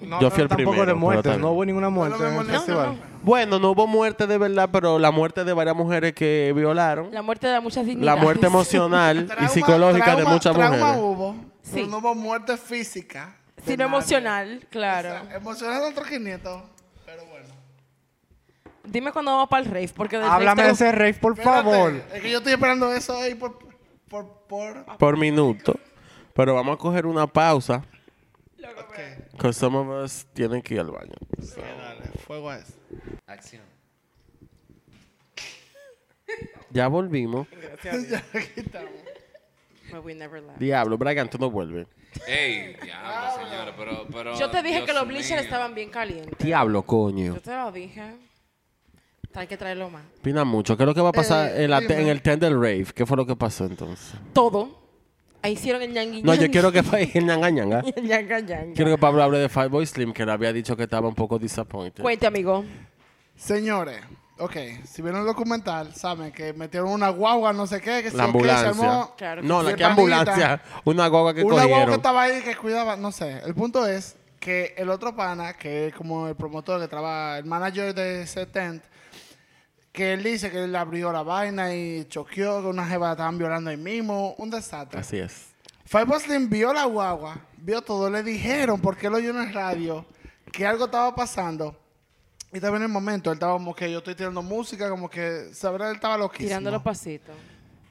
D: No,
A: Yo fui el
D: tampoco
A: primero,
D: de
A: pero
D: muertes,
A: también.
D: no hubo ninguna muerte
C: No, no,
D: en el
C: no, no,
D: festival.
A: Bueno, no hubo muerte de verdad, pero la muerte de varias mujeres que violaron,
B: La muerte de muchas
A: la
B: dignidades.
A: muerte
B: (laughs)
C: (laughs)
A: emocional y
C: Trauma-
A: psicológica de
C: trauma-
A: muchas
C: Trauma
A: mujeres.
C: hubo, pero
B: Sí.
C: no hubo muerte física. de
B: Sino
C: nadie.
B: emocional, claro.
C: O sea, emocional otro 500, pero bueno.
B: Dime cuándo vamos para el rave, porque este del rave
D: Háblame
B: te-
D: de ese rave, por
C: Espérate,
D: favor.
C: Es que yo estoy esperando eso ahí por... por, por
A: Por minuto. Pero vamos a coger una pausa,
C: ok.
A: porque some of us tienen que ir al baño.
C: Sí, dale, fuego a eso.
E: Acción.
A: Ya volvimos.
C: ya aquí estamos.
B: But we never left.
A: Diablo, Braganto no vuelve.
E: Ey, diablo, señora, pero, pero.
B: Yo te dije
E: Dios
B: que los
E: mío.
B: bleachers estaban bien calientes.
A: Diablo, coño.
B: Yo te lo dije. Hay que traerlo más.
A: Opina mucho. ¿Qué es lo que va a pasar
C: Eh,
A: en, la te-
C: dime.
A: en el tender rave? ¿Qué fue lo que pasó entonces?
B: Todo. Ahí hicieron el ñangui
A: No, yo
B: ñangui. (laughs)
A: quiero que el (laughs) ñanga ñanga.
B: El ñanga ñanga.
A: Quiero que Pablo hable de Fireboy Slim, que le había dicho que estaba un poco disappointed.
C: Pues,
B: Cuente, amigo.
C: Señores, ok, si vieron el documental, saben que metieron una guagua, no sé qué, que sí,
A: la
C: o qué, se
A: ambulancia.
C: armó
B: Claro.
A: No, la
C: de
A: que
C: panita.
A: ambulancia. Una guagua que
C: Una guagua que
A: cogieron.
C: estaba ahí que cuidaba, no sé. El punto es que el otro pana, que es como el promotor que trabaja, el manager de ese tent, que él dice que él abrió la vaina y choqueó, que una jeva la estaban violando ahí mismo, un desastre.
A: Así es. (laughs)
C: Five Slim vio la guagua, vio todo, le dijeron, porque él oyó en el radio, que algo estaba pasando. Y estaba en el momento, él estaba como que yo estoy tirando música, como que sabrá, él estaba loquísimo.
B: Tirando los pasitos.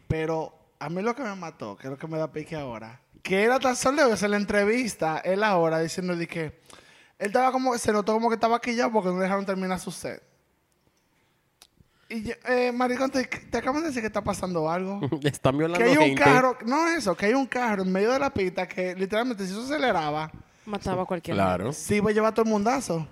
C: Pero a mí lo que me mató, que es lo que me da pique ahora, que era tan solo que se la entrevista, él ahora diciendo de que él estaba como, se notó como que estaba quillado porque no le dejaron terminar su set. Y yo, eh, maricón, te, te acaban de decir que está pasando algo.
A: Están violando
C: Que hay un
A: gente.
C: carro, no eso, que hay un carro en medio de la pista que literalmente si eso aceleraba,
B: Mataba a cualquier
A: Claro.
C: sí iba a llevar todo el mundazo.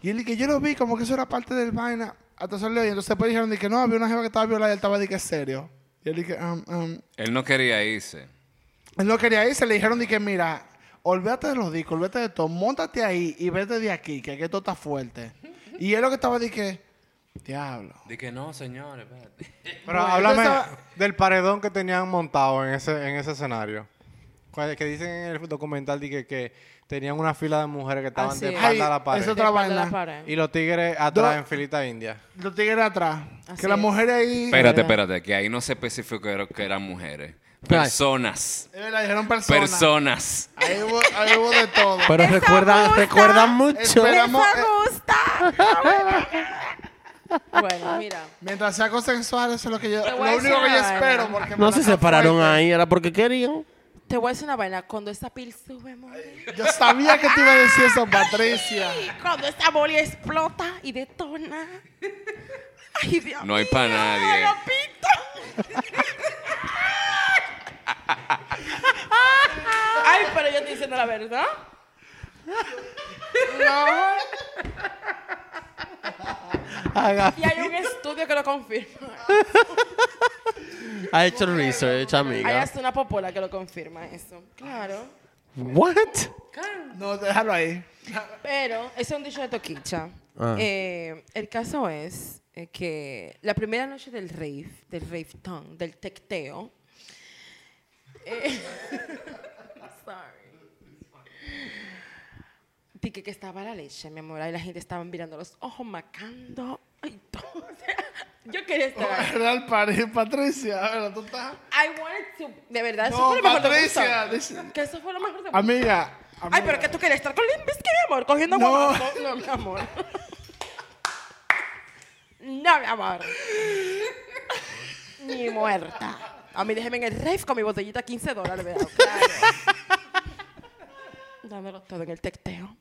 C: Y él y que yo lo vi como que eso era parte del vaina. Hasta solo y entonces después dijeron de que no, había una jeva que estaba violada y él estaba de que es serio. Y él um, dije,
E: Él no quería irse.
C: él no quería irse, le dijeron de que mira, olvídate de los discos, olvídate de todo, montate ahí y vete de aquí, que aquí todo está fuerte. Y él lo que estaba de que, diablo.
E: Dije que no, señores, espérate.
D: Pero
C: Bueno,
D: háblame
C: esa-
D: del paredón que tenían montado en ese, en ese escenario. Cuál- Que dicen en el documental di que, que tenían una fila de mujeres que estaban
B: Así
D: de
B: es.
D: espalda a la
C: Ah, Ay,
D: pared.
C: eso
B: De
C: otra
B: espalda a la
C: vaina.
B: pared.
D: Y los tigres atrás
C: Do-
D: en filita india.
C: Los tigres atrás.
B: Así
C: que las
B: es.
C: mujeres ahí...
E: Espérate,
D: Era-
E: espérate, que ahí no se especificó era- que eran mujeres.
A: Espera.
E: Personas.
C: Eh, le dijeron personas.
E: Personas.
C: Ahí hubo, ahí hubo de todo.
A: (laughs) Pero recuerda, recuerda mucho.
C: Espera. Esperamos-
B: ¡Esa
A: (laughs)
B: gusta! bueno, mira.
C: Mientras sea consensual, eso es lo que yo...
B: Te voy a
C: Lo
B: decir
C: único que
B: una
C: yo
B: vaina.
C: espero, porque...
A: No
C: me
A: se
C: la-
A: separaron ahí, era porque querían.
B: Te voy a decir una vaina. Cuando esa pil sube, more,
C: Yo sabía que te iba a decir
B: (laughs)
C: eso, Patricia.
B: Cuando esa bolia explota y detona. Ay, Dios
E: No hay
B: mío,
E: pa' nadie.
B: lo pito. (laughs) Ay, pero yo estoy diciendo la verdad.
A: Haga-
B: Y hay un estudio que lo confirma.
A: Ha hecho research,
B: Hay
A: amiga.
B: hasta una popola que lo confirma eso. Claro.
A: What?
B: Claro.
C: No, déjalo ahí.
B: Pero ese es un dicho de Toquicha.
A: Ah.
B: Eh, el caso es eh, que la primera noche del rave, del rave tongue, del tecteo. eh, (laughs) sorry. Dije que estaba la leche, mi amor. Ahí la gente estaba mirando los ojos, macando. Ay, todo. (laughs) O sea, yo quería estar ahí.
C: Real París, Patricia. A ver, tú estás...
B: I wanted to. De verdad, eso
C: No,
B: fue lo mejor
C: Patricia,
B: de
C: this-
B: Que eso fue lo mejor de
C: Amiga.
B: Ay, pero que tú querías estar con Limp Bizkit, mi amor, cogiendo
C: No.
B: guamazos. No, mi amor. No, mi amor. Ni muerta. A mí déjeme en el rave con mi botellita 15 dólares, ¿verdad? Claro. Dándolo todo en el tecteo.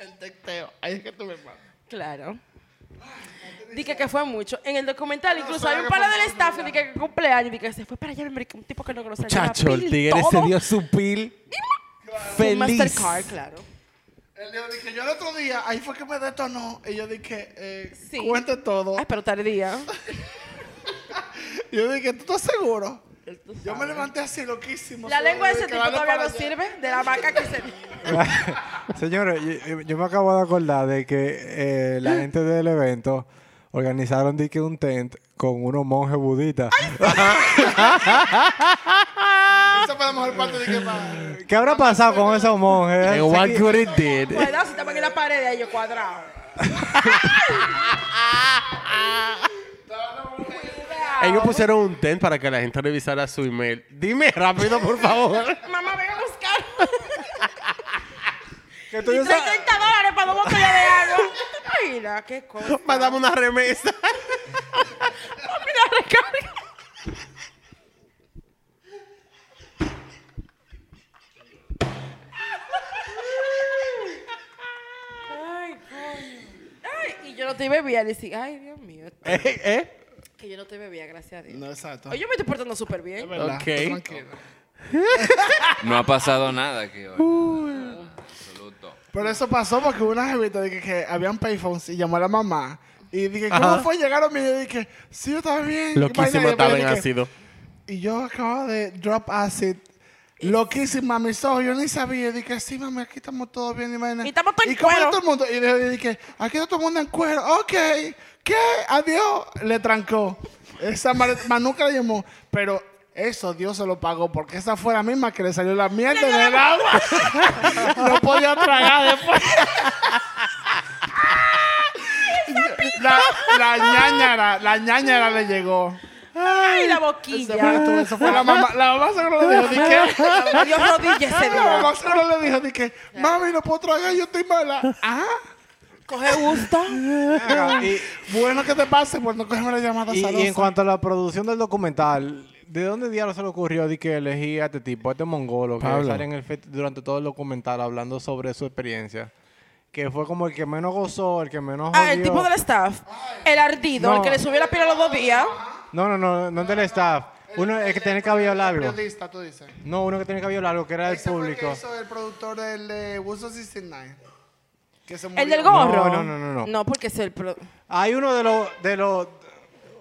C: El tecteo. Ahí es que tú me matas.
B: Claro. Dije que fue mucho. En el documental, incluso
C: sabía
B: hay un
C: que
B: palo
C: fue
B: del
C: mucho,
B: staff de que cumpleaños. Dije que se fue para allá, me un tipo que no conocía.
A: Chacho, el tigre se dio su pil.
B: feliz.
A: Feliz.
B: Mastercard, claro.
C: Él dijo, dije, yo el otro día, ahí fue que me detonó. Y yo dije, eh,
B: Sí. Ah,
C: cuente todo.
B: Ay, pero tardía.
C: Y yo dije, ¿tú estás seguro?
B: Tú
C: Yo me
B: sabes.
C: levanté así loquísimo.
B: La lengua de
C: Dije,
B: ese tipo
C: dale
B: todavía no
C: para allá.
B: sirve de la vaca que (laughs) se dio.
D: Señores, yo- yo, yo me acabo de acordar de que eh, la gente del evento organizaron de que un tent con unos monjes budistas.
C: Esa fue la mejor parte de que para...
D: ¿Qué habrá pasado con esos monjes?
A: And what could it did?
B: Cuidado si estaban en la pared ahí, yo cuadrado.
A: Ellos pusieron un tent para que la gente revisara su email. Dime rápido, por favor. (laughs)
B: Mamá, ven a buscar.
D: Que tú
B: Y
D: ya
B: trae
D: sabes-
B: 30 dólares para dos botellas de agua. Mira, qué cosa.
A: Mandame una remesa.
B: Mira, recarga. Ay, coño. Ay, y yo no te bebía. Le decía, ay, Dios mío.
A: ¿Eh? ¿Eh?
B: Que yo no te bebía, gracias a Dios.
C: No, exacto.
B: Oye, yo me estoy portando súper bien.
C: ¿Verdad?
A: ok.
C: Tranquilo.
E: No ha pasado nada aquí hoy. Nada, Absoluto.
C: Pero eso pasó porque hubo una jevita de que, que habían payphones y llamó a la mamá. Y dije, ¿cómo
A: Ajá.
C: fue? Llegaron y yo dije, sí, yo estaba bien. y vaina, y
A: Loquísimo
C: yo
A: estaba
C: dije
A: en
C: que-
A: ácido.
C: Y yo acabo de drop acid. Loquísima, mis ojos, yo ni sabía. Y dije, sí, mami, aquí estamos todos bien. Y, vaina.
B: Y estamos todos en
C: ¿Y cómo está
B: cuero.
C: todo el mundo? Y le dije, aquí está todo el mundo en cuero. Ok, ¿qué? Adiós. Le trancó. Esa madre, más nunca la llamó. Pero eso Dios se lo pagó porque esa fue la misma que le salió la mierda en el agua. no podía tragar después. la, la ñañara, la ñañara le llegó.
B: Ay, la
C: Ese fue
B: boquilla.
C: tú, ese fue la mamá. La mamá seguro le dijo, di que.
B: (laughs) Me dio rodilla ese
C: La
B: día.
C: mamá seguro le dijo, di que, mami, no puedo tragar, yo estoy mala. Ah,
B: Coge gusto.
D: Y-
C: bueno que te pase por no cogerme la llamada
D: Y,
C: salosa.
D: y en cuanto a la producción del documental, ¿de dónde diablos se le ocurrió de que elegí a este tipo, a este mongolo, que
A: Pablo.
D: sale en el fet- durante todo el documental hablando sobre su experiencia? Que fue como el que menos gozó, el que menos
B: Ah, el
D: jodió.
B: tipo del staff. El ardido, el
D: No.
B: que le subió la pila los dos días.
D: No, no, no, no del staff. Uno el que tiene cabello largo.
C: Periodista, tú dices.
D: No, uno que tiene cabello largo, que era del público.
C: el productor del de Wusso 69. Que se
B: El del gorro.
D: no, no, no, no.
B: No, porque es el. pro-
D: Hay uno de los de los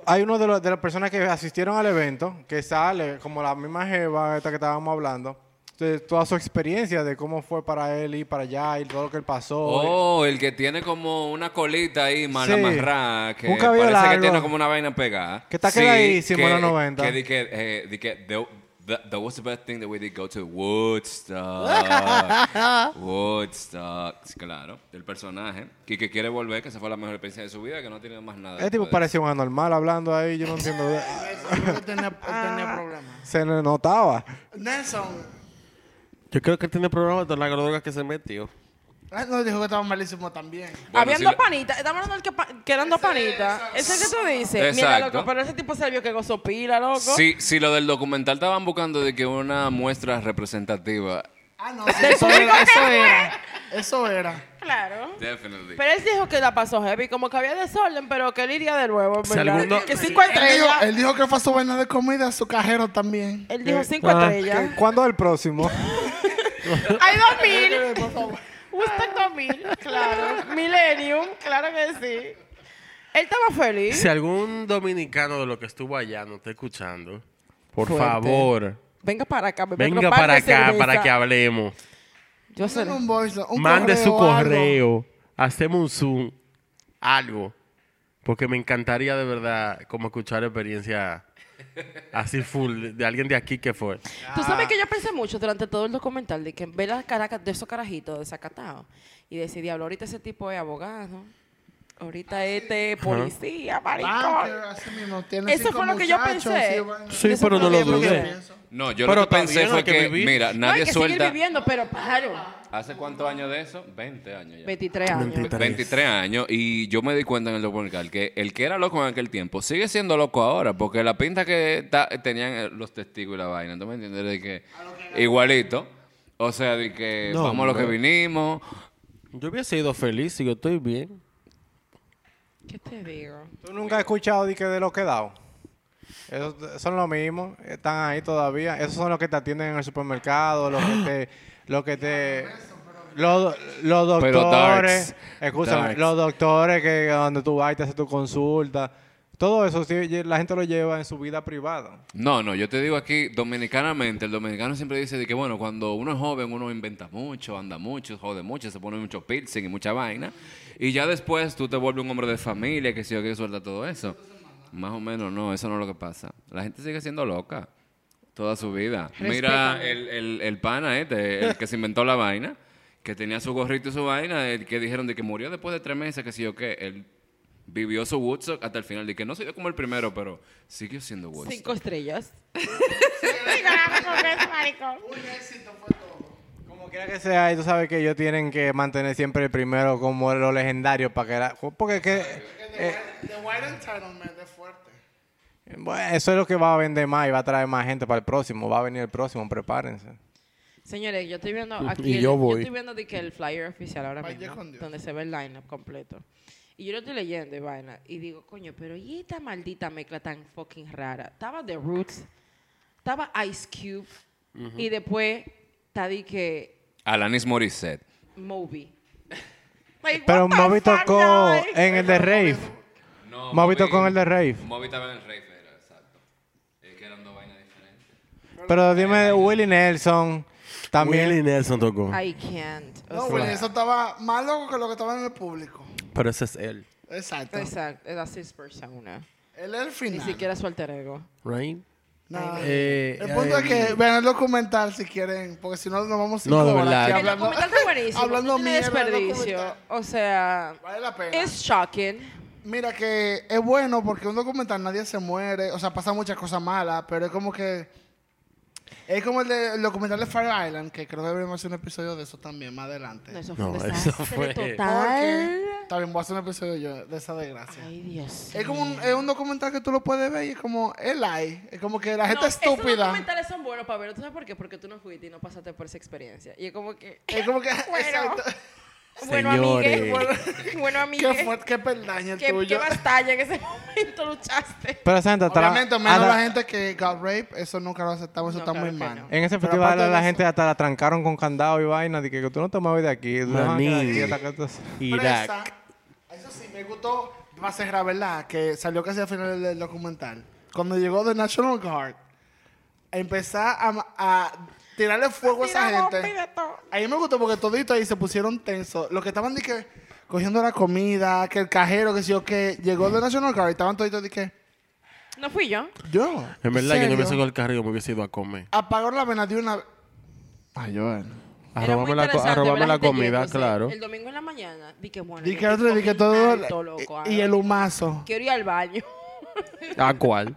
D: hay uno de los de las personas que asistieron al evento que sale como la misma jeva esta que estábamos hablando. De toda su experiencia de cómo fue para él ir para allá y todo lo que él pasó.
E: Oh, el que tiene como una colita ahí mal
D: Sí.
E: amarrada. Que
D: Un cabello
E: parece
D: largo.
E: que tiene como una vaina pegada.
D: Que está quedadísimo en los 90.
E: Que di que, eh, di que the- the- that was the best thing that we did go to
D: (laughs)
E: Woodstock. Woodstock. Sí, Claro, el personaje. Y que quiere volver, que esa fue la mejor experiencia de su vida, que no ha tenido más nada.
D: Este tipo
E: después de
D: parecía un anormal hablando ahí, yo no entiendo.
C: Él tenía, él
B: (laughs) Ah.
C: tenía problemas.
D: Se le notaba.
C: Nelson.
A: Yo creo que él tiene problemas de la droga que se metió.
C: Ah, No, dijo que estaba malísimo también.
E: Bueno,
B: Habían
E: sí
B: dos
E: lo-
B: panitas. Estamos hablando del que, pa- que eran dos panitas. Ese que tú dices. Mira,
E: Exacto.
B: loco, pero ese tipo se vio que gozó pila, loco.
E: Sí, sí, lo del documental estaban buscando de que una muestra representativa.
C: Ah, no, sí, eso era. Eso era. Eso era.
B: Claro.
E: Definitely.
B: Pero él dijo que la pasó heavy, como que había desorden, pero que él iría de nuevo,
A: Si
B: ¿verdad?
A: alguno-
B: Que cinco
C: Él dijo,
B: estrellas.
C: él dijo que fue a su vaina de comida, a su cajero también.
B: Él dijo cinco
A: Ah,
B: estrellas.
D: ¿Cuándo es el próximo?
B: Hay dos mil. Woodstock 2000, claro. Millennium, claro que sí. Él estaba feliz.
A: Si algún dominicano de lo que estuvo allá no está escuchando, por
D: Fuerte.
A: favor,
B: Venga para acá, bebé.
A: venga para acá para que hablemos.
B: Yo sé.
C: Manden un voice, un
A: Mande su
C: correo, algo.
A: correo, hacemos un Zoom, algo. Porque me encantaría de verdad como escuchar experiencia así full de, de alguien de aquí que fue.
C: ah.
B: Tú sabes que yo pensé mucho durante todo el documental de que ver las caracas de esos carajitos desacatados y decir, diablo, ahorita ese tipo es abogado, ahorita este es policía,
C: Banker,
B: maricón.
C: Ah, así mismo, tiene
B: Eso
C: cinco
B: fue lo que yo
C: muchachos,
B: pensé.
C: vaina.
A: Sí,
B: Eso
A: pero
B: fue
A: no lo
B: que yo
A: dudé.
B: pensé.
E: No, yo
A: Pero
E: lo que
A: está
E: pensé
A: bien,
E: fue
A: hay que
E: que,
A: vivir.
E: mira,
B: No, hay
E: nadie
B: que seguir
E: suelta.
B: viviendo, pero pájaro.
E: ¿Hace cuántos años de eso? 20 años ya.
B: 23 años.
A: 23.
E: 23 años y yo me di cuenta en el documental que el que era loco en aquel tiempo sigue siendo loco ahora porque la pinta que ta- tenían eh, los testigos y la vaina, ¿tú me entiendes? De que igualito, o sea, de que
A: No,
E: vamos a lo que
A: hombre.
E: vinimos,
A: Yo hubiese ido feliz si yo estoy bien.
B: ¿Qué te digo?
D: ¿Tú nunca has escuchado de que de lo que dado? Esos son los mismos, están ahí todavía. Esos son los que te atienden en el supermercado, los que (gasps) te... Los, que te, los, los
E: Pero
D: doctores...
E: darks,
D: Escúchame,
E: darks.
D: los doctores que donde tú vas y te haces tu consulta. Todo eso sí, ye- la gente lo lleva en su vida privada.
E: No, no, yo te digo aquí, dominicanamente, el dominicano siempre dice de que, bueno, cuando uno es joven, uno inventa mucho, anda mucho, jode mucho, se pone mucho piercing y mucha vaina. Y ya después tú te vuelves un hombre de familia, que si yo que suelta todo eso. Más o menos, no, eso no es lo que pasa. La gente sigue siendo loca toda su vida. Mira el, el, el pana este, el que se inventó la vaina, que tenía su gorrito y su vaina, el que dijeron de que murió después de tres meses, que sí yo qué. Él vivió su Woodstock hasta el final, de que no se dio como el primero, pero siguió siendo
A: Pues
E: Woodstock.
B: Cinco estrellas.
D: Como quiera que sea, y tú sabes que ellos tienen que mantener siempre el primero como lo legendario para que era- Porque es que... eh,
C: The White Entitlement es fuerte.
D: bueno, eso es lo que va a vender más y va a traer más gente para el próximo. Va a venir el próximo, prepárense.
B: Señores, yo estoy viendo aquí.
A: Y
B: el-
A: yo voy.
B: estoy viendo de que el flyer oficial ahora
C: Vaya
B: mismo,
C: con Dios.
B: donde se ve el lineup completo. Y yo lo estoy leyendo y vaina. Y digo, coño, pero ¿y esta maldita mezcla tan fucking rara? Estaba The Roots, estaba Ice Cube, y después está de que
E: Alanis Morissette.
C: (laughs)
B: Moby. Like,
D: Pero
B: what the
D: Moby
B: fuck,
D: tocó
B: guys?
D: en el de Rave.
E: No,
D: Moby tocó en el de Rave.
E: Moby estaba en el Rave, era, exacto. Es que eran dos vainas diferentes.
D: Pero dime, Willie Nelson también.
A: Willie Nelson tocó.
B: I can't. O
C: No,
B: sea,
C: Willy, eso estaba más loco que lo que estaba en el público.
A: Pero ese es él.
C: Exacto.
B: Exacto, that's his persona.
C: Él es el
B: Ni
C: final.
B: siquiera su alter ego.
A: Right?
C: No.
A: Eh,
C: el punto es
A: eh,
C: que vean el documental si quieren, porque si no nos vamos cinco
A: No, de
C: horas
A: verdad.
C: aquí
A: El
B: El
C: hablando.
B: documental está buenísimo.
C: (laughs) hablando
B: no tiene
C: mierda del
B: desperdicio.
C: documental.
B: O sea,
C: Vale la pena.
B: es shocking.
C: Mira que es bueno porque un documental nadie se muere, o sea, pasan muchas cosas malas, pero es como que es como el, de- el documental de Fire Island, que creo que deberíamos hacer un episodio de eso también más adelante.
B: No, Ah. eso fue un
A: No, eso
B: desastre
A: fue-
B: total.
C: Porque también voy a hacer un episodio yo de esa desgracia.
B: Ay, Dios.
C: Es como un, es un documental que tú lo puedes ver y es como el hay. Es como que la
B: No,
C: gente
B: Esos
C: estúpida.
B: documentales son buenos para ver. ¿Tú sabes por qué? Porque tú no fuiste y no pasaste por esa experiencia. Y es como que.
C: Es como que. (laughs)
B: Bueno.
C: exacto.
B: (laughs) Bueno, (laughs)
A: Señores.
B: amigue. Bueno, amigue.
C: Qué fuerte, qué peldaño el
B: ¿Qué, qué
C: tuyo.
B: batalla en ese (laughs) momento luchaste?
D: Pero esa gente hasta la-
C: (laughs) Obviamente, menos
D: hasta-
C: la gente que got rape, eso nunca lo aceptamos, eso
B: No,
C: está
B: claro
C: muy
B: que
C: mal.
B: no.
D: En ese
C: Pero
D: festival
C: aparte de
D: la
C: eso-
D: gente hasta la trancaron con candado y vaina. De que tú no te mueves de aquí. tú te vas a quedar aquí hasta que tú-
A: Irak.
C: Presa. Eso sí, me gustó más cerrar, ¿verdad? Que salió casi al final del documental. Cuando llegó The National Guard, empezar a, ma- a tirarle fuego a esa
B: Tiramos
C: gente.
B: pireto.
C: A mí me gustó porque todito ahí se pusieron tensos. Los que estaban de que cogiendo la comida, que el cajero, que si yo que llegó The National Guard, estaban toditos de que
B: No fui yo.
C: yo.
A: En verdad, yo no
C: ¿serio?
A: hubiese ido al carril, me hubiese ido a comer.
C: Apagó la vena de una. Ay, yo.
A: A
B: Era muy
A: robarme la, co- a
B: interesante
A: robarme
B: ver
A: la
B: gente
A: comida,
B: yéndose
A: claro.
B: El domingo en la mañana, di que bueno.
C: Di
B: yo
C: que
B: estoy
C: otro, di que
B: comiendo
C: todo.
B: alto, loco, ah.
C: y, y el humazo.
B: Quiero ir al baño. (laughs)
A: ¿A cuál?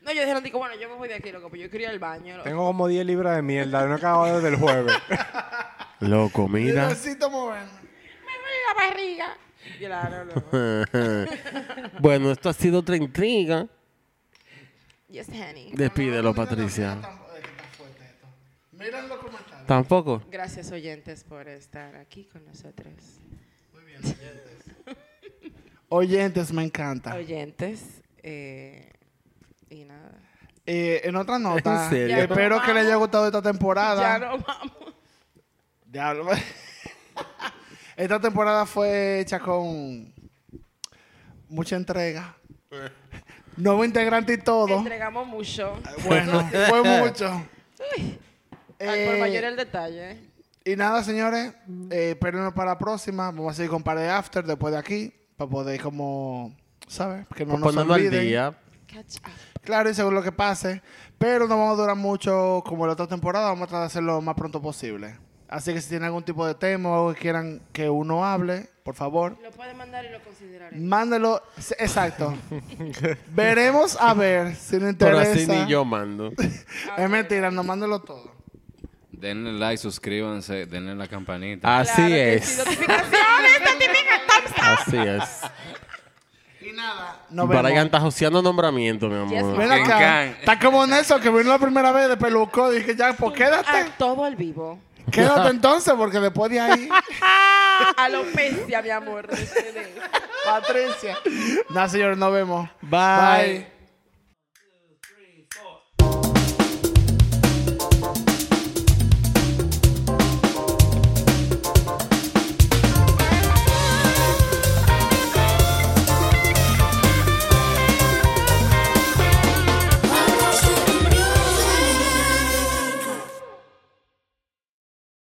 B: No, yo dijeron, digo, bueno, yo me voy de aquí, loco, pero yo quiero ir al baño. loco.
D: Tengo como 10 libras de mierda. No he acabado desde el (laughs) jueves.
A: Lo comida.
C: Necesito moverme.
B: Me duele la barriga. Claro, loco.
A: (laughs) bueno, esto ha sido otra intriga.
B: Yes, honey.
A: Despídelo, Patricia.
C: Mira los comentarios.
A: Tampoco.
B: Gracias, oyentes, por estar aquí con nosotros.
C: Oyentes, me encanta.
B: Oyentes, eh, y nada.
C: Eh, en otra
A: (laughs)
C: nota,
A: ¿En serio?
C: espero que les haya gustado esta temporada.
B: Ya no vamos.
C: Diablo. (laughs) esta temporada fue hecha con mucha entrega. Nuevo integrante y todo.
B: Entregamos mucho.
C: Bueno,
A: (laughs)
C: fue mucho.
B: Ay, por
C: Eh,
B: mayor el detalle. ¿eh?
C: Y nada, señores, eh, espérenos para la próxima. Vamos a seguir con par de after después de aquí para poder como, ¿sabes? Que no nos
A: Poniendo al
C: olviden.
A: día.
B: Catch up.
C: Claro, y según lo que pase. Pero no vamos a durar mucho como la otra temporada. Vamos a tratar de hacerlo lo más pronto posible. Así que si tienen algún tipo de tema o algo que quieran que uno hable, por favor,
B: Lo pueden mandar y lo consideraré.
C: mándelo. S-
A: (laughs)
C: Exacto. Veremos a ver si nos
A: Pero
C: interesa.
A: así ni yo
B: (laughs)
A: mando.
C: Es mentira, no mándelo todo.
E: Denle like, suscríbanse, denle la campanita.
A: Así
B: Claro que sí,
A: es.
B: notificaciones, notificaciones.
A: Así es.
C: Y nada, nos vemos.
A: Para está joseando nombramiento, mi amor.
B: Yes,
C: Ven
E: Ken
C: acá.
E: Can.
C: Está como Nelson que vino la primera vez de peluco. Dije, ya, pues
A: (laughs)
B: (laughs)
C: quédate.
B: A todo al vivo.
C: Quédate entonces, porque después de ahí.
B: Alopecia, mi amor. este
C: Patricia. Nada, señores, nos vemos.
A: Bye.